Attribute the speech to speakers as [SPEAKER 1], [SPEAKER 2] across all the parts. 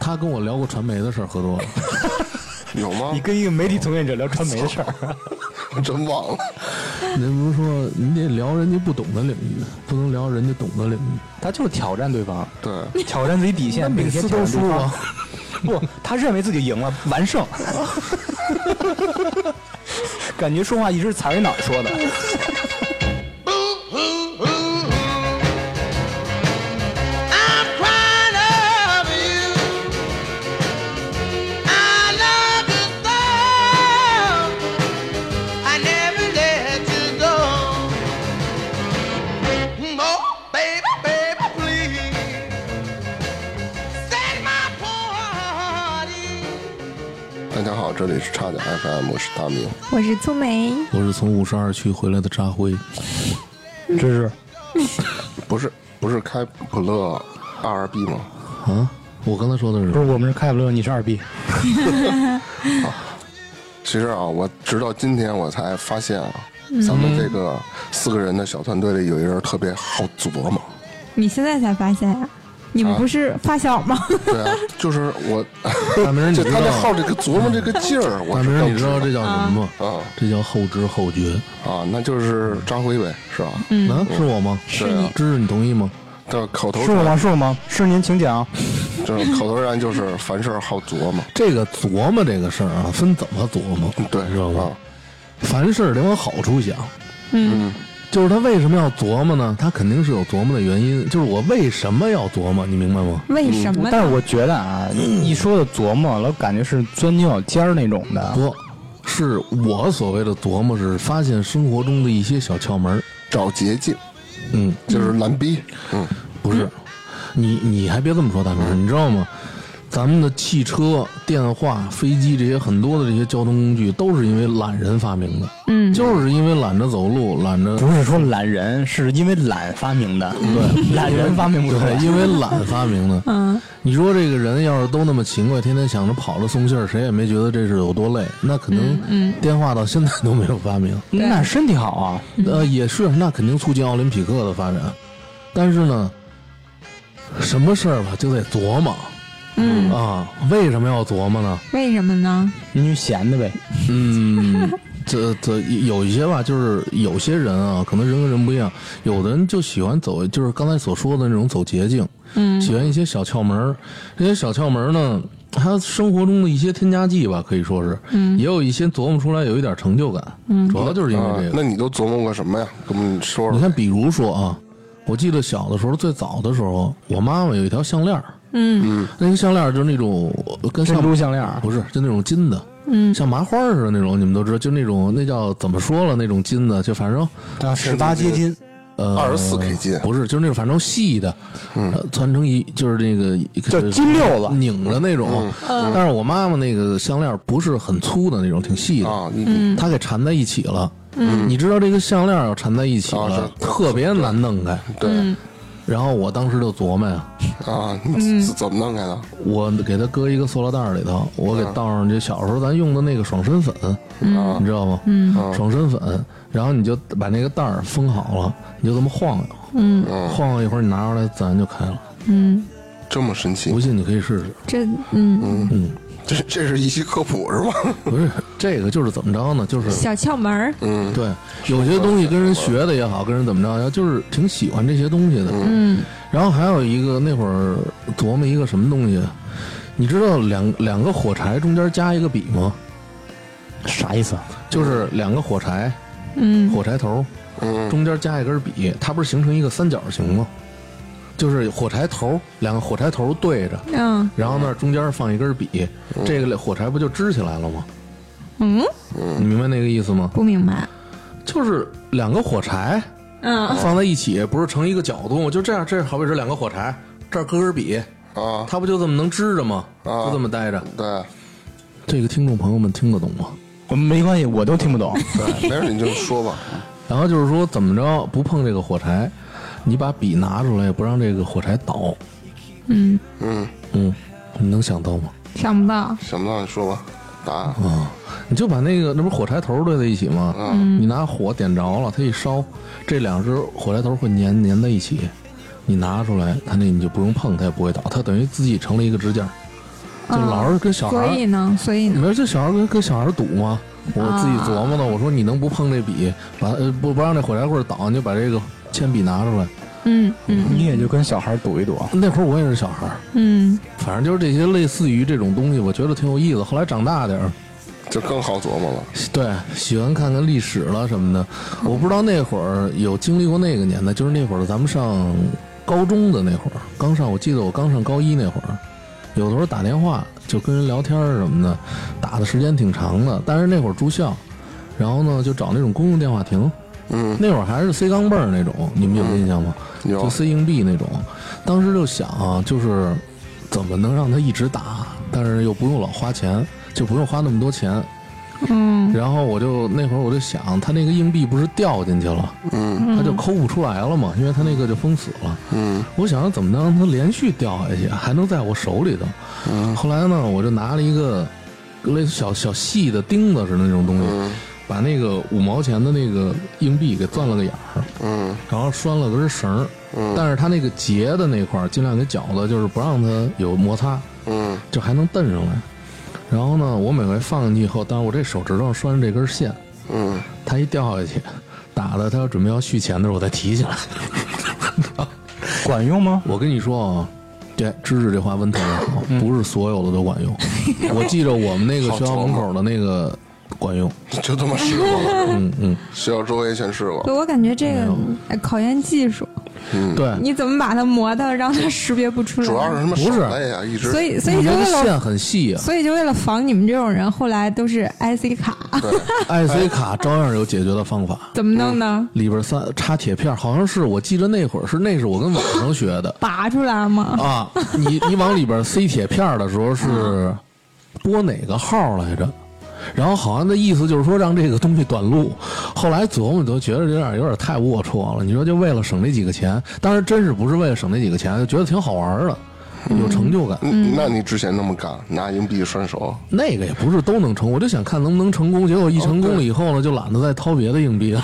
[SPEAKER 1] 他跟我聊过传媒的事儿，喝多了。
[SPEAKER 2] 有吗
[SPEAKER 3] 你？跟一个媒体从业者聊传媒的事儿，
[SPEAKER 2] 我真忘了。
[SPEAKER 1] 人不是说你得聊人家不懂的领域，不能聊人家懂的领域。
[SPEAKER 3] 他就是挑战对方，
[SPEAKER 2] 对，
[SPEAKER 3] 挑战自己底线，并且挑战对方
[SPEAKER 1] 输啊。
[SPEAKER 3] 不，他认为自己赢了，完胜。 感觉说话一直是踩着脑袋说的。
[SPEAKER 4] Ooh, ooh, I'm crying over you. I love you so. I never let you go. Oh, baby, baby, please set my poor heart in.
[SPEAKER 2] 大家好，这里是差点 FM，我是大明。
[SPEAKER 5] 我是粗梅，
[SPEAKER 1] 我是从五十二区回来的扎辉，
[SPEAKER 3] 这是
[SPEAKER 2] 不是不是开普勒 RB 吗？
[SPEAKER 1] 啊，我刚才说的
[SPEAKER 3] 不
[SPEAKER 1] 是
[SPEAKER 3] 是我们是开普勒，你是二 B。
[SPEAKER 2] 其实啊，我直到今天我才发现啊，
[SPEAKER 1] 嗯
[SPEAKER 2] 咱们这个四个人的小团队里有一人特别好琢磨。
[SPEAKER 5] 你现在才发现呀、你们不是发小吗？
[SPEAKER 2] 对啊，就是我，
[SPEAKER 1] 大明儿，你
[SPEAKER 2] 就
[SPEAKER 1] 知
[SPEAKER 2] 他这
[SPEAKER 1] 道
[SPEAKER 2] 好这个琢磨这个劲儿，我
[SPEAKER 1] 大
[SPEAKER 2] 是
[SPEAKER 1] 明儿，你知道
[SPEAKER 2] 要
[SPEAKER 1] 这叫什么吗？
[SPEAKER 2] 啊
[SPEAKER 1] 这叫后知后觉。
[SPEAKER 2] 啊，那就是张辉呗，是吧？
[SPEAKER 1] 啊，是我吗？
[SPEAKER 5] 是
[SPEAKER 2] 对啊
[SPEAKER 5] 你，
[SPEAKER 1] 知识，你同意吗？
[SPEAKER 2] 这口头
[SPEAKER 3] 是我吗？是我吗？是您，请讲。
[SPEAKER 2] 就是口头禅就是凡事好琢磨。
[SPEAKER 1] 这个琢磨这个事儿啊，分怎么琢磨，
[SPEAKER 2] 对，
[SPEAKER 1] 知道
[SPEAKER 2] 啊
[SPEAKER 1] 吗？，凡事得往好处想。嗯，就是他为什么要琢磨呢？他肯定是有琢磨的原因。就是我为什么要琢磨，你明白吗？
[SPEAKER 5] 为什么呢？
[SPEAKER 3] 嗯但是我觉得啊，一说的琢磨，老感觉是钻牛角尖儿那种的。
[SPEAKER 1] 不是我所谓的琢磨，是发现生活中的一些小窍门儿。
[SPEAKER 2] 找捷径
[SPEAKER 1] 嗯，
[SPEAKER 2] 就是蓝逼。嗯，
[SPEAKER 1] 不是，你你还别这么说，大明，你知道吗？咱们的汽车、电话、飞机这些很多的这些交通工具，都是因为懒人发明的。嗯，就是因为懒着走路，懒着
[SPEAKER 3] 不是说懒人，是因为懒发明的。对， 懒人发明不出来
[SPEAKER 1] 对，。因为懒发明 的。嗯，你说这个人要是都那么勤快，天天想着跑着送信儿，谁也没觉得这是有多累。那可
[SPEAKER 3] 嗯
[SPEAKER 1] 能电话到现在都没有发明。
[SPEAKER 3] 那身体好啊，
[SPEAKER 1] 呃，也是，那肯定促进奥林匹克的发展。但是呢，什么事儿吧，就得琢磨。嗯啊，为什么要琢磨呢？
[SPEAKER 5] 为什么呢？
[SPEAKER 3] 你就闲的呗。
[SPEAKER 1] 嗯，这这有一些吧，就是有些人啊，可能人跟人不一样，有的人就喜欢走，就是刚才所说的那种走捷径，嗯，喜欢一些小窍门儿。这些小窍门儿呢，他生活中的一些添加剂吧，可以说是，嗯，也有一些琢磨出来有一点成就感，嗯，主要就是因为
[SPEAKER 2] 啊
[SPEAKER 1] 这个。
[SPEAKER 2] 那你都琢磨过什么呀？跟我们说
[SPEAKER 1] 你
[SPEAKER 2] 说。
[SPEAKER 1] 看，比如说啊，我记得小的时候，最早的时候，我妈妈有一条项链嗯，那个项链儿就是那种呃跟
[SPEAKER 3] 珍
[SPEAKER 1] 上
[SPEAKER 3] 珠项链儿啊
[SPEAKER 1] 不是，就那种金的，嗯，像麻花儿似的那种，你们都知道，就那种那叫怎么说了，那种金的，就反正
[SPEAKER 3] 啊，十八街金，
[SPEAKER 1] 呃，
[SPEAKER 2] 二十四 K 金，
[SPEAKER 1] 不是，就是那种反正细的，嗯，穿成一就是那个呃
[SPEAKER 3] 叫金溜子嗯
[SPEAKER 1] 拧的那种，但是我妈妈那个项链儿不是很粗的那种，挺细
[SPEAKER 3] 哦
[SPEAKER 1] 的，
[SPEAKER 2] 啊，
[SPEAKER 5] 嗯
[SPEAKER 2] 你
[SPEAKER 1] 它给缠在一起了。嗯，你知道这个项链儿要缠在一起
[SPEAKER 2] 啊
[SPEAKER 1] 了，
[SPEAKER 2] 是
[SPEAKER 1] 特别难弄开。
[SPEAKER 2] 对
[SPEAKER 5] 嗯
[SPEAKER 1] 然后我当时就琢磨呀，
[SPEAKER 2] 啊，
[SPEAKER 5] 嗯
[SPEAKER 2] 你怎怎么弄开的？
[SPEAKER 1] 我给它搁一个塑料袋儿里头，我给倒上这小时候咱用的那个爽身粉，
[SPEAKER 5] 嗯
[SPEAKER 2] 啊
[SPEAKER 1] 你知道吗？爽身粉，然后你就把那个袋儿封好了，你就这么晃悠，晃悠一会儿，你拿出来自然就开了。
[SPEAKER 2] 这么神奇
[SPEAKER 1] 不？信你可以试试。
[SPEAKER 5] 嗯这嗯，
[SPEAKER 2] 这这是一期科普是吗？
[SPEAKER 1] 不是这个就是怎么着呢？就是
[SPEAKER 5] 小窍门儿，
[SPEAKER 2] 嗯，
[SPEAKER 1] 对，有些东西跟人学的也好，跟人怎么着也好，就是挺喜欢这些东西的。嗯。然后还有一个那会儿琢磨一个什么东西，你知道两两个火柴中间加一个笔吗？
[SPEAKER 3] 啥意思啊？
[SPEAKER 1] 就是两个火柴，
[SPEAKER 5] 嗯，
[SPEAKER 1] 火柴头
[SPEAKER 2] 嗯
[SPEAKER 1] 中间加一根笔，它不是形成一个三角形吗？就是火柴头，两个火柴头对着，
[SPEAKER 5] 嗯
[SPEAKER 1] 然后那儿中间放一根笔，这个火柴不就支起来了吗？
[SPEAKER 5] 嗯，
[SPEAKER 1] 你明白那个意思吗？
[SPEAKER 5] 不明白，
[SPEAKER 1] 就是两个火柴，
[SPEAKER 5] 嗯
[SPEAKER 1] 放在一起，不是成一个角度吗？就这样，这好比是两个火柴，这儿搁根笔，
[SPEAKER 2] 啊，
[SPEAKER 1] 它不就这么能支着吗？
[SPEAKER 2] 啊
[SPEAKER 1] 就这么待着。
[SPEAKER 2] 对，
[SPEAKER 1] 这个听众朋友们听得懂吗？
[SPEAKER 3] 我没关系，我都听不懂。
[SPEAKER 2] 对，没事你就说吧。
[SPEAKER 1] 然后就是说怎么着不碰这个火柴，你把笔拿出来也不让这个火柴倒。
[SPEAKER 5] 嗯，
[SPEAKER 2] 嗯，
[SPEAKER 1] 嗯，你能想到吗？
[SPEAKER 5] 想不到，
[SPEAKER 2] 想不到你说吧，答案
[SPEAKER 1] 啊、你就把那个那不是火柴头对在一起吗？嗯，你拿火点着了，它一烧，这两只火柴头会粘粘在一起。你拿出来，它那你就不用碰，它也不会倒，它等于自己成了一个支架。就老是跟小孩
[SPEAKER 5] 哦所
[SPEAKER 1] 儿
[SPEAKER 5] 以呢，所以
[SPEAKER 1] 你
[SPEAKER 5] 呢，
[SPEAKER 1] 说这小孩跟跟小孩赌吗？我自己琢磨的，我说你能不碰这笔，把呃不不让这火柴棍儿倒，你就把这个铅笔拿出来。
[SPEAKER 5] 嗯嗯
[SPEAKER 3] 你也就跟小孩赌一啊赌。
[SPEAKER 1] 那会儿我也是小孩儿，
[SPEAKER 5] 嗯，
[SPEAKER 1] 反正就是这些类似于这种东西，我觉得挺有意思。后来长大点儿，
[SPEAKER 2] 就更好琢磨了。
[SPEAKER 1] 对，喜欢看看历史了什么的。我不知道那会儿有经历过那个年代，就是那会儿咱们上高中的那会儿，刚上，我记得我刚上高一那会儿，有的时候打电话就跟人聊天儿什么的，打的时间挺长的。但是那会儿住校，然后呢就找那种公用电话亭，
[SPEAKER 2] 嗯，
[SPEAKER 1] 那会儿还是塞钢镚儿那种，你们有印象吗？就
[SPEAKER 2] 有啊
[SPEAKER 1] 塞硬币那种。当时就想啊，就是怎么能让他一直打，但是又不用老花钱，就不用花那么多钱。
[SPEAKER 5] 嗯，
[SPEAKER 1] 然后我就那会儿我就想，他那个硬币不是掉进去了，
[SPEAKER 2] 嗯
[SPEAKER 1] 他就抠不出来了嘛，因为他那个就封死了。
[SPEAKER 2] 嗯
[SPEAKER 1] 我想怎么能让它连续掉下去，还能在我手里头。
[SPEAKER 2] 嗯
[SPEAKER 1] 后来呢，我就拿了一个类似小小细的钉子似的那种东西，
[SPEAKER 2] 嗯
[SPEAKER 1] 把那个五毛钱的那个硬币给钻了个眼儿，
[SPEAKER 2] 嗯
[SPEAKER 1] 然后拴了根绳儿。
[SPEAKER 2] 嗯
[SPEAKER 1] 但是它那个结的那块儿尽量给绞的，就是不让它有摩擦，
[SPEAKER 2] 嗯
[SPEAKER 1] 就还能蹬上来。然后呢，我每回放进去以后，当然我这手指头上拴着这根线，
[SPEAKER 2] 嗯，
[SPEAKER 1] 它一掉下去，打的它要准备要续钱的时候，我再提起来。
[SPEAKER 3] 管用吗？
[SPEAKER 1] 我跟你说啊，这芝芝这话问特别好，不是所有的都管用。我记着我们那个学校门口的那个管用，
[SPEAKER 2] 就这么试过了，
[SPEAKER 1] 嗯嗯，
[SPEAKER 2] 学校周围全试过。
[SPEAKER 5] 对我感觉这个哎考验技术，
[SPEAKER 2] 嗯，
[SPEAKER 1] 对，
[SPEAKER 5] 你怎么把它磨的让它识别不出来？
[SPEAKER 2] 主要是他妈
[SPEAKER 1] 不是
[SPEAKER 2] 手累呀，一直
[SPEAKER 5] 所以所以就
[SPEAKER 1] 那
[SPEAKER 5] 为
[SPEAKER 1] 个
[SPEAKER 5] 了
[SPEAKER 1] 线很细 啊
[SPEAKER 5] 所以就为了防你们这种人，后来都是 IC 卡，
[SPEAKER 2] 对，
[SPEAKER 1] ，IC 卡照样有解决的方法。
[SPEAKER 5] 怎么弄呢？
[SPEAKER 1] 里边三插铁片儿，好像是我记着那会儿是那是我跟网上学的
[SPEAKER 5] 拔出来吗？
[SPEAKER 1] 啊。你你往里边塞铁片儿的时候是拨哪个号来着？然后好像的意思就是说让这个东西短路。后来琢磨都觉得有点有点太龌龊了。你说就为了省那几个钱，当然真是不是为了省那几个钱，就觉得挺好玩儿的，有成就感。
[SPEAKER 2] 嗯那你之前那么干，拿硬币拴手，
[SPEAKER 1] 那个也不是都能成，我就想看能不能成功。结果一成功了以后呢，就懒得再掏别的硬币了。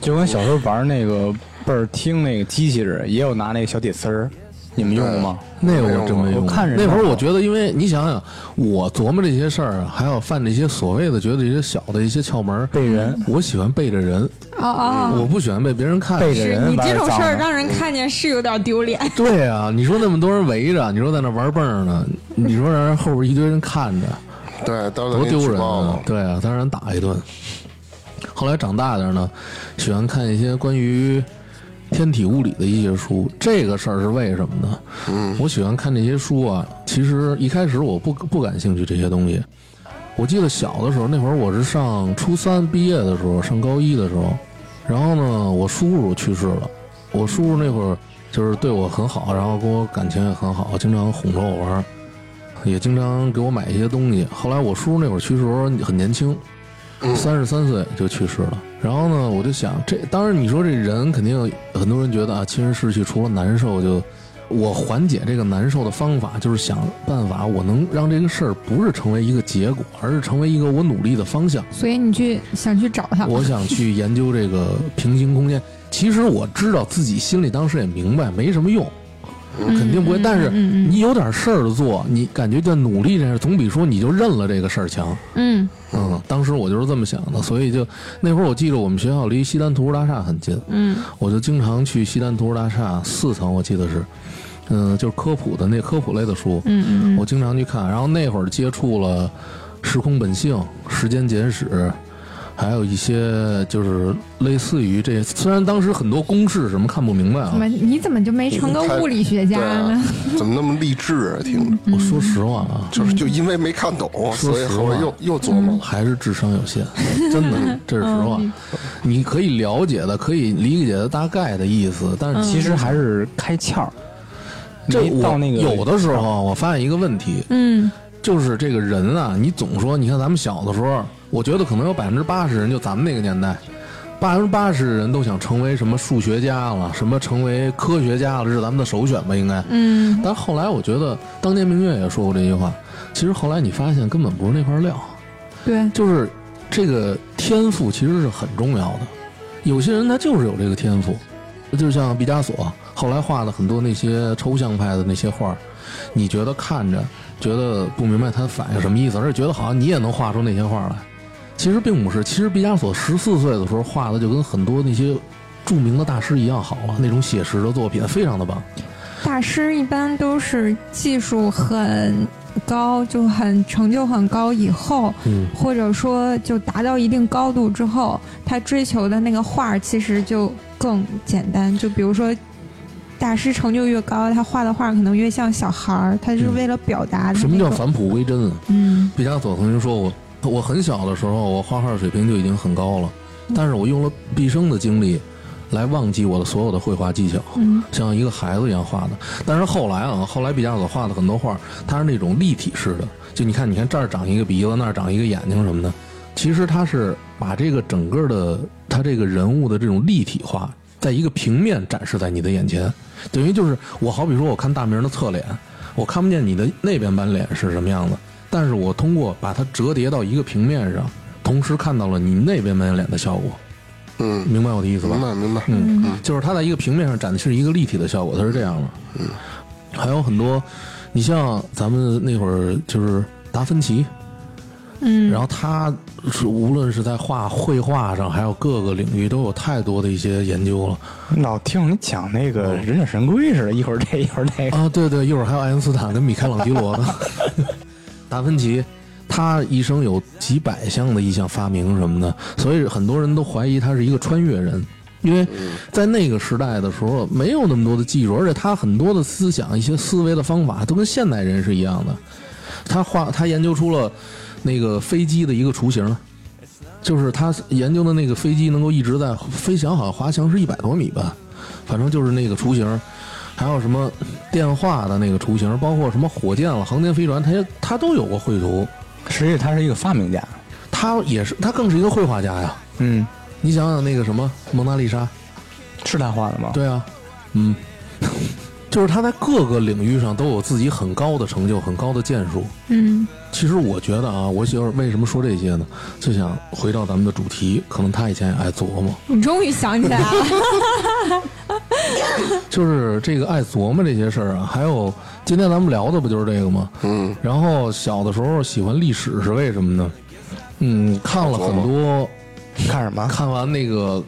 [SPEAKER 3] 就跟小时候玩那个倍儿听那个机器似的，也有拿那个小铁丝儿，你们用过吗？
[SPEAKER 1] 那我真没用
[SPEAKER 3] 哎我看着
[SPEAKER 1] 那会儿
[SPEAKER 3] 呢
[SPEAKER 1] 我觉得，因为你想想，我琢磨这些事儿，啊还有犯这些所谓的觉得这些小的一些窍门儿，嗯
[SPEAKER 3] 被人
[SPEAKER 1] 我喜欢背着人，
[SPEAKER 5] 哦哦，
[SPEAKER 1] 我不喜欢被别人看
[SPEAKER 3] 背着
[SPEAKER 1] 见。
[SPEAKER 5] 是
[SPEAKER 3] 人
[SPEAKER 5] 你
[SPEAKER 3] 玩
[SPEAKER 5] 这
[SPEAKER 3] 儿
[SPEAKER 5] 种
[SPEAKER 3] 脏
[SPEAKER 5] 事儿
[SPEAKER 3] 的
[SPEAKER 5] 让人看见是有点丢脸。
[SPEAKER 1] 对啊，你说那么多人围着，你说在那玩蹦儿呢，你说让人后边一堆人看着，
[SPEAKER 2] 对，到时
[SPEAKER 1] 多
[SPEAKER 2] 候给你
[SPEAKER 1] 丢
[SPEAKER 2] 举
[SPEAKER 1] 人
[SPEAKER 2] 报
[SPEAKER 1] 啊
[SPEAKER 2] 嘛！。
[SPEAKER 1] 对啊，当然打一顿。后来长大点儿呢，喜欢看一些关于天体物理的一些书。这个事儿是为什么呢？嗯，我喜欢看这些书啊。其实一开始我不不感兴趣这些东西。我记得小的时候，那会儿我是上初三毕业的时候，上高一的时候，然后呢，我叔叔去世了。我叔叔那会儿就是对我很好，然后跟我感情也很好，经常哄着我玩儿。也经常给我买一些东西。后来我叔那会儿去世的时候很年轻，三十三岁就去世了。然后呢，我就想，这当然你说这人肯定有很多人觉得啊，亲人逝去除了难受就，我缓解这个难受的方法就是想办法，我能让这个事儿不是成为一个结果，而是成为一个我努力的方向。
[SPEAKER 5] 所以你去想去找他，
[SPEAKER 1] 我想去研究这个平行空间。其实我知道自己心里当时也明白没什么用，肯定不会。但是
[SPEAKER 5] 嗯嗯
[SPEAKER 1] 你有点事儿做，你感觉在努力这事儿，总比说你就认了这个事儿强。
[SPEAKER 5] 嗯
[SPEAKER 1] 嗯，当时我就是这么想的，所以就那会儿我记得我们学校离西单图书大厦很近，
[SPEAKER 5] 嗯
[SPEAKER 1] 我就经常去西单图书大厦四层，我记得是，嗯、就是科普的那科普类的书，
[SPEAKER 5] 嗯嗯
[SPEAKER 1] 我经常去看。然后那会儿接触了《时空本性》《时间简史》，还有一些就是类似于这，虽然当时很多公式什么看不明白啊
[SPEAKER 5] 怎，么你怎么就没成个物理学家
[SPEAKER 2] 对啊
[SPEAKER 5] 呢？，
[SPEAKER 2] 怎么那么励志啊？听着，
[SPEAKER 1] 我说实话啊，
[SPEAKER 2] 就是就因为没看懂，
[SPEAKER 1] 说
[SPEAKER 2] 所以
[SPEAKER 1] 实
[SPEAKER 2] 后
[SPEAKER 1] 话
[SPEAKER 2] 来又又琢磨了。
[SPEAKER 1] 还是智商有限， 真的，这是实话。你可以了解的，可以理解的大概的意思，但是其
[SPEAKER 3] 其
[SPEAKER 1] 实
[SPEAKER 3] 实还是开窍儿。
[SPEAKER 1] 这
[SPEAKER 3] 没
[SPEAKER 1] 我
[SPEAKER 3] 到那个
[SPEAKER 1] 有的时候啊我发现一个问题，
[SPEAKER 5] 嗯
[SPEAKER 1] 就是这个人啊，你总说，你看咱们小的时候，我觉得可能有百分之八十人，就咱们那个年代，百分之八十人都想成为什么数学家了，什么成为科学家了，这是咱们的首选吧？应该。
[SPEAKER 5] 嗯，
[SPEAKER 1] 但后来我觉得，当年明月也说过这句话，其实后来你发现根本不是那块料。
[SPEAKER 5] 对，
[SPEAKER 1] 就是这个天赋其实是很重要的。有些人他就是有这个天赋，就像毕加索后来画的很多那些抽象派的那些画儿，你觉得看着觉得不明白他反映什么意思，而是觉得好像你也能画出那些画来。其实并不是，其实毕加索十四岁的时候画的就跟很多那些著名的大师一样好啊，那种写实的作品非常的棒。
[SPEAKER 5] 大师一般都是技术很高，就很成就很高以后，
[SPEAKER 1] 嗯，
[SPEAKER 5] 或者说就达到一定高度之后，他追求的那个画儿其实就更简单。就比如说，大师成就越高，他画的画儿可能越像小孩儿，他是
[SPEAKER 1] 嗯
[SPEAKER 5] 为了表达的、那
[SPEAKER 1] 什么叫
[SPEAKER 5] 种
[SPEAKER 1] 返璞归真啊？
[SPEAKER 5] 嗯
[SPEAKER 1] 毕加索曾经说过，我很小的时候，我画画水平就已经很高了，但是我用了毕生的精力来忘记我的所有的绘画技巧，
[SPEAKER 5] 嗯
[SPEAKER 1] 像一个孩子一样画的。但是后来啊，后来毕加索画的很多画，它是那种立体式的，就你看，你看这儿长一个鼻子，那儿长一个眼睛什么的。其实他是把这个整个的他这个人物的这种立体化，在一个平面展示在你的眼前，等于就是我好比说我看大明的侧脸，我看不见你的那边半脸是什么样子，但是我通过把它折叠到一个平面上，同时看到了你那边半脸的效果，
[SPEAKER 2] 嗯，
[SPEAKER 1] 明白我的意思吧？
[SPEAKER 2] 明白明白，
[SPEAKER 1] 嗯，就是它在一个平面上展示一个立体的效果，它是这样的。嗯，还有很多，你像咱们那会儿就是达芬奇，
[SPEAKER 5] 嗯，
[SPEAKER 1] 然后他是无论是在画绘画上，还有各个领域都有太多的一些研究了
[SPEAKER 3] 老听你讲那个忍者神龟似的，一会儿这一会儿那个。
[SPEAKER 1] 啊。对对，一会儿还有爱因斯坦跟米开朗基罗呢。 达芬奇，他一生有几百项的意象发明什么的，所以很多人都怀疑他是一个穿越人，因为在那个时代的时候没有那么多的技术，而且他很多的思想、一些思维的方法都跟现代人是一样的。他画，他研究出了那个飞机的一个雏形。就是他研究的那个飞机能够一直在飞翔，好像滑翔是一百多米吧，反正就是那个雏形，还有什么电话的那个雏形，包括什么火箭了、航天飞船，他也他都有过绘图，
[SPEAKER 3] 实际他是一个发明家。
[SPEAKER 1] 他也是他更是一个绘画家呀。
[SPEAKER 3] 嗯，
[SPEAKER 1] 你想想那个什么蒙娜丽莎，
[SPEAKER 3] 是他画的吗？
[SPEAKER 1] 对啊，嗯， 就是他在各个领域上都有自己很高的成就、很高的建树。
[SPEAKER 5] 嗯
[SPEAKER 1] 其实我觉得啊，我媳妇儿为什么说这些呢？就想回到咱们的主题，可能她以前也爱琢磨，
[SPEAKER 5] 你嗯终于想起来了，
[SPEAKER 1] 就是这个爱琢磨这些事儿啊。还有今天咱们聊的不就是这个吗？
[SPEAKER 2] 嗯，
[SPEAKER 1] 然后小的时候喜欢历史是为什么呢？嗯，看了很多，
[SPEAKER 3] 看什么？
[SPEAKER 1] 看完那个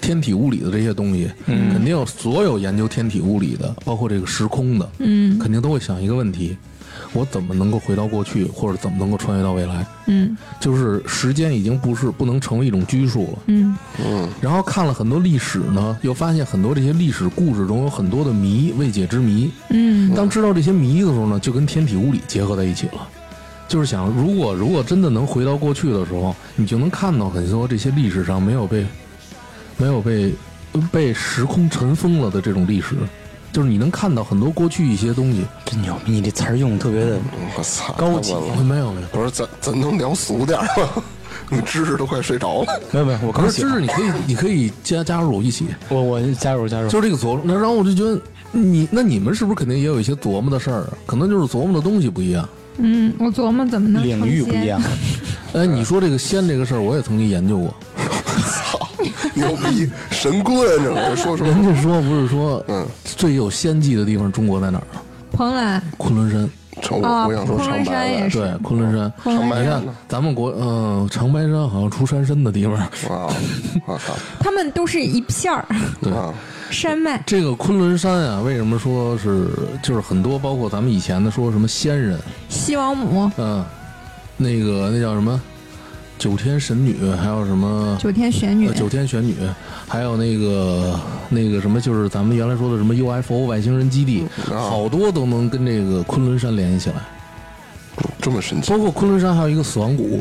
[SPEAKER 1] 天体物理的这些东西，嗯、肯定有所有研究天体物理的，包括这个时空的，
[SPEAKER 5] 嗯
[SPEAKER 1] 肯定都会想一个问题：我怎么能够回到过去，或者怎么能够穿越到未来？
[SPEAKER 5] 嗯
[SPEAKER 1] 就是时间已经不是不能成为一种拘束了。
[SPEAKER 5] 嗯
[SPEAKER 1] 然后看了很多历史呢，又发现很多这些历史故事中有很多的谜，未解之谜。
[SPEAKER 5] 嗯
[SPEAKER 1] 当知道这些谜的时候呢，就跟天体物理结合在一起了。就是想，如果如果真的能回到过去的时候，你就能看到很多这些历史上没有被没有被被时空尘封了的这种历史，就是你能看到很多过去一些东西。
[SPEAKER 3] 真牛逼！你这词儿用的特别的，
[SPEAKER 2] 我操，
[SPEAKER 3] 高级
[SPEAKER 2] 太稳了
[SPEAKER 1] 哎没有没有，
[SPEAKER 2] 我说咱咱能聊俗点儿吗？ 你知识都快睡着了。
[SPEAKER 3] 没有没有，我
[SPEAKER 1] 可
[SPEAKER 3] 刚
[SPEAKER 1] 是
[SPEAKER 3] 写
[SPEAKER 1] 知识你可以你可以加加入一起，
[SPEAKER 3] 我我加入加入。
[SPEAKER 1] 就是这个琢磨。那然后我就觉得你那你们是不是肯定也有一些琢磨的事儿啊？可能就是琢磨的东西不一样。
[SPEAKER 5] 嗯，我琢磨怎么能
[SPEAKER 3] 领域不一样，啊
[SPEAKER 1] 哎，你说这个仙这个事儿，我也曾经研究过。
[SPEAKER 2] 操，牛逼，神棍，啊你知道吗？说 说，
[SPEAKER 1] 人家说不是说，
[SPEAKER 2] 嗯，
[SPEAKER 1] 最有仙迹的地方，中国在哪儿啊？
[SPEAKER 5] 蓬莱
[SPEAKER 1] 昆仑山，
[SPEAKER 2] 成我
[SPEAKER 5] 啊
[SPEAKER 2] 我想说
[SPEAKER 5] 昆
[SPEAKER 2] 长
[SPEAKER 5] 仑山
[SPEAKER 2] 白
[SPEAKER 5] 也是
[SPEAKER 1] 对，昆仑山。
[SPEAKER 5] 仑
[SPEAKER 2] 长白
[SPEAKER 1] 你
[SPEAKER 2] 山
[SPEAKER 1] 看
[SPEAKER 2] 呢？，
[SPEAKER 1] 咱们国，嗯、长白山好像出山参的地方。
[SPEAKER 2] 哇，我操，
[SPEAKER 5] 他们都是一片儿
[SPEAKER 2] 啊，
[SPEAKER 5] 山脉，
[SPEAKER 1] 这个昆仑山啊，为什么说是就是很多，包括咱们以前的说什么仙人，
[SPEAKER 5] 西王母、
[SPEAKER 1] 嗯、那个那叫什么九天神女，还有什么
[SPEAKER 5] 九天玄女
[SPEAKER 1] 呃、九天玄女，还有那个那个什么，就是咱们原来说的什么 UFO 外星人基地，
[SPEAKER 2] 嗯啊
[SPEAKER 1] 好多都能跟这个昆仑山联系起来。
[SPEAKER 2] 这么神奇
[SPEAKER 1] 包括昆仑山还有一个死亡谷，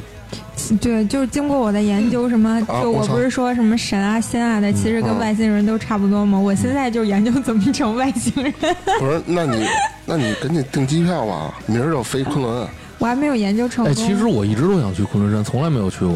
[SPEAKER 5] 对，就是经过我的研究，什么
[SPEAKER 2] 啊
[SPEAKER 5] 就
[SPEAKER 2] 我
[SPEAKER 5] 我
[SPEAKER 2] 操
[SPEAKER 5] 不是说什么神啊、仙啊的，其实跟
[SPEAKER 2] 嗯
[SPEAKER 5] 外星人都差不多嘛。我现在就研究怎么成外星人，
[SPEAKER 2] 我说，那你那你赶紧订机票吧，明儿就飞昆仑。啊
[SPEAKER 5] 我还没有研究成
[SPEAKER 1] 哎，
[SPEAKER 5] 功。
[SPEAKER 1] 其实我一直都想去昆仑山，从来没有去过。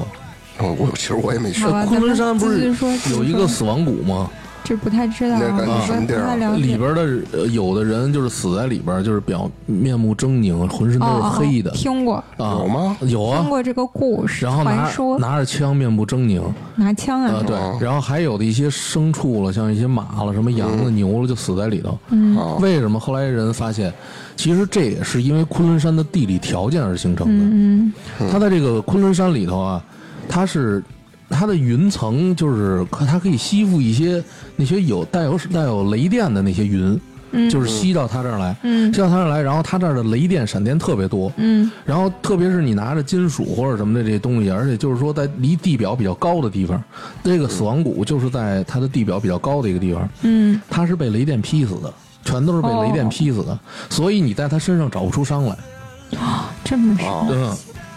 [SPEAKER 2] 我我其实我也没去
[SPEAKER 5] 好，吧，
[SPEAKER 1] 昆仑山不
[SPEAKER 5] 咱们继续
[SPEAKER 1] 是
[SPEAKER 5] 说
[SPEAKER 1] 有一个死亡谷吗？
[SPEAKER 5] 这不太知道啊，
[SPEAKER 2] 那感觉
[SPEAKER 5] 我
[SPEAKER 2] 什么
[SPEAKER 5] 不
[SPEAKER 2] 地儿啊
[SPEAKER 5] 太了解。
[SPEAKER 1] 里边的呃有的人就是死在里边，就是表面目狰狞，浑身都是
[SPEAKER 5] 哦哦
[SPEAKER 1] 黑的
[SPEAKER 5] 哦听过
[SPEAKER 1] 啊，
[SPEAKER 2] 有吗
[SPEAKER 1] 有啊
[SPEAKER 5] 听，过这个故事，
[SPEAKER 1] 然后拿
[SPEAKER 5] 传说
[SPEAKER 1] 拿着枪，面部狰狞，
[SPEAKER 5] 拿枪
[SPEAKER 1] 呃，
[SPEAKER 5] 啊，
[SPEAKER 1] 对，
[SPEAKER 2] 哦
[SPEAKER 1] 然后还有的一些牲畜了，像一些马了、什么羊
[SPEAKER 2] 嗯
[SPEAKER 1] 了、牛了，就死在里头。
[SPEAKER 2] 哦
[SPEAKER 1] 为什么？后来人发现，其实这也是因为昆仑山的地理条件而形成的。
[SPEAKER 5] 嗯，
[SPEAKER 1] 它在这个昆仑山里头啊，它是它的云层就是可它可以吸附一些那些有带有带有雷电的那些云，
[SPEAKER 5] 嗯
[SPEAKER 1] 就是吸到它这儿来，
[SPEAKER 5] 嗯
[SPEAKER 1] 吸到它这儿来，然后它这儿的雷电闪电特别多，
[SPEAKER 5] 嗯
[SPEAKER 1] 然后特别是你拿着金属或者什么的这些东西，而且就是说在离地表比较高的地方，这个死亡谷就是在它的地表比较高的一个地方，
[SPEAKER 5] 嗯
[SPEAKER 1] 它是被雷电劈死的。全都是被雷电
[SPEAKER 5] 哦
[SPEAKER 1] 劈死的，所以你在它身上找不出伤来。
[SPEAKER 5] 嗯，这么说，
[SPEAKER 2] 哦，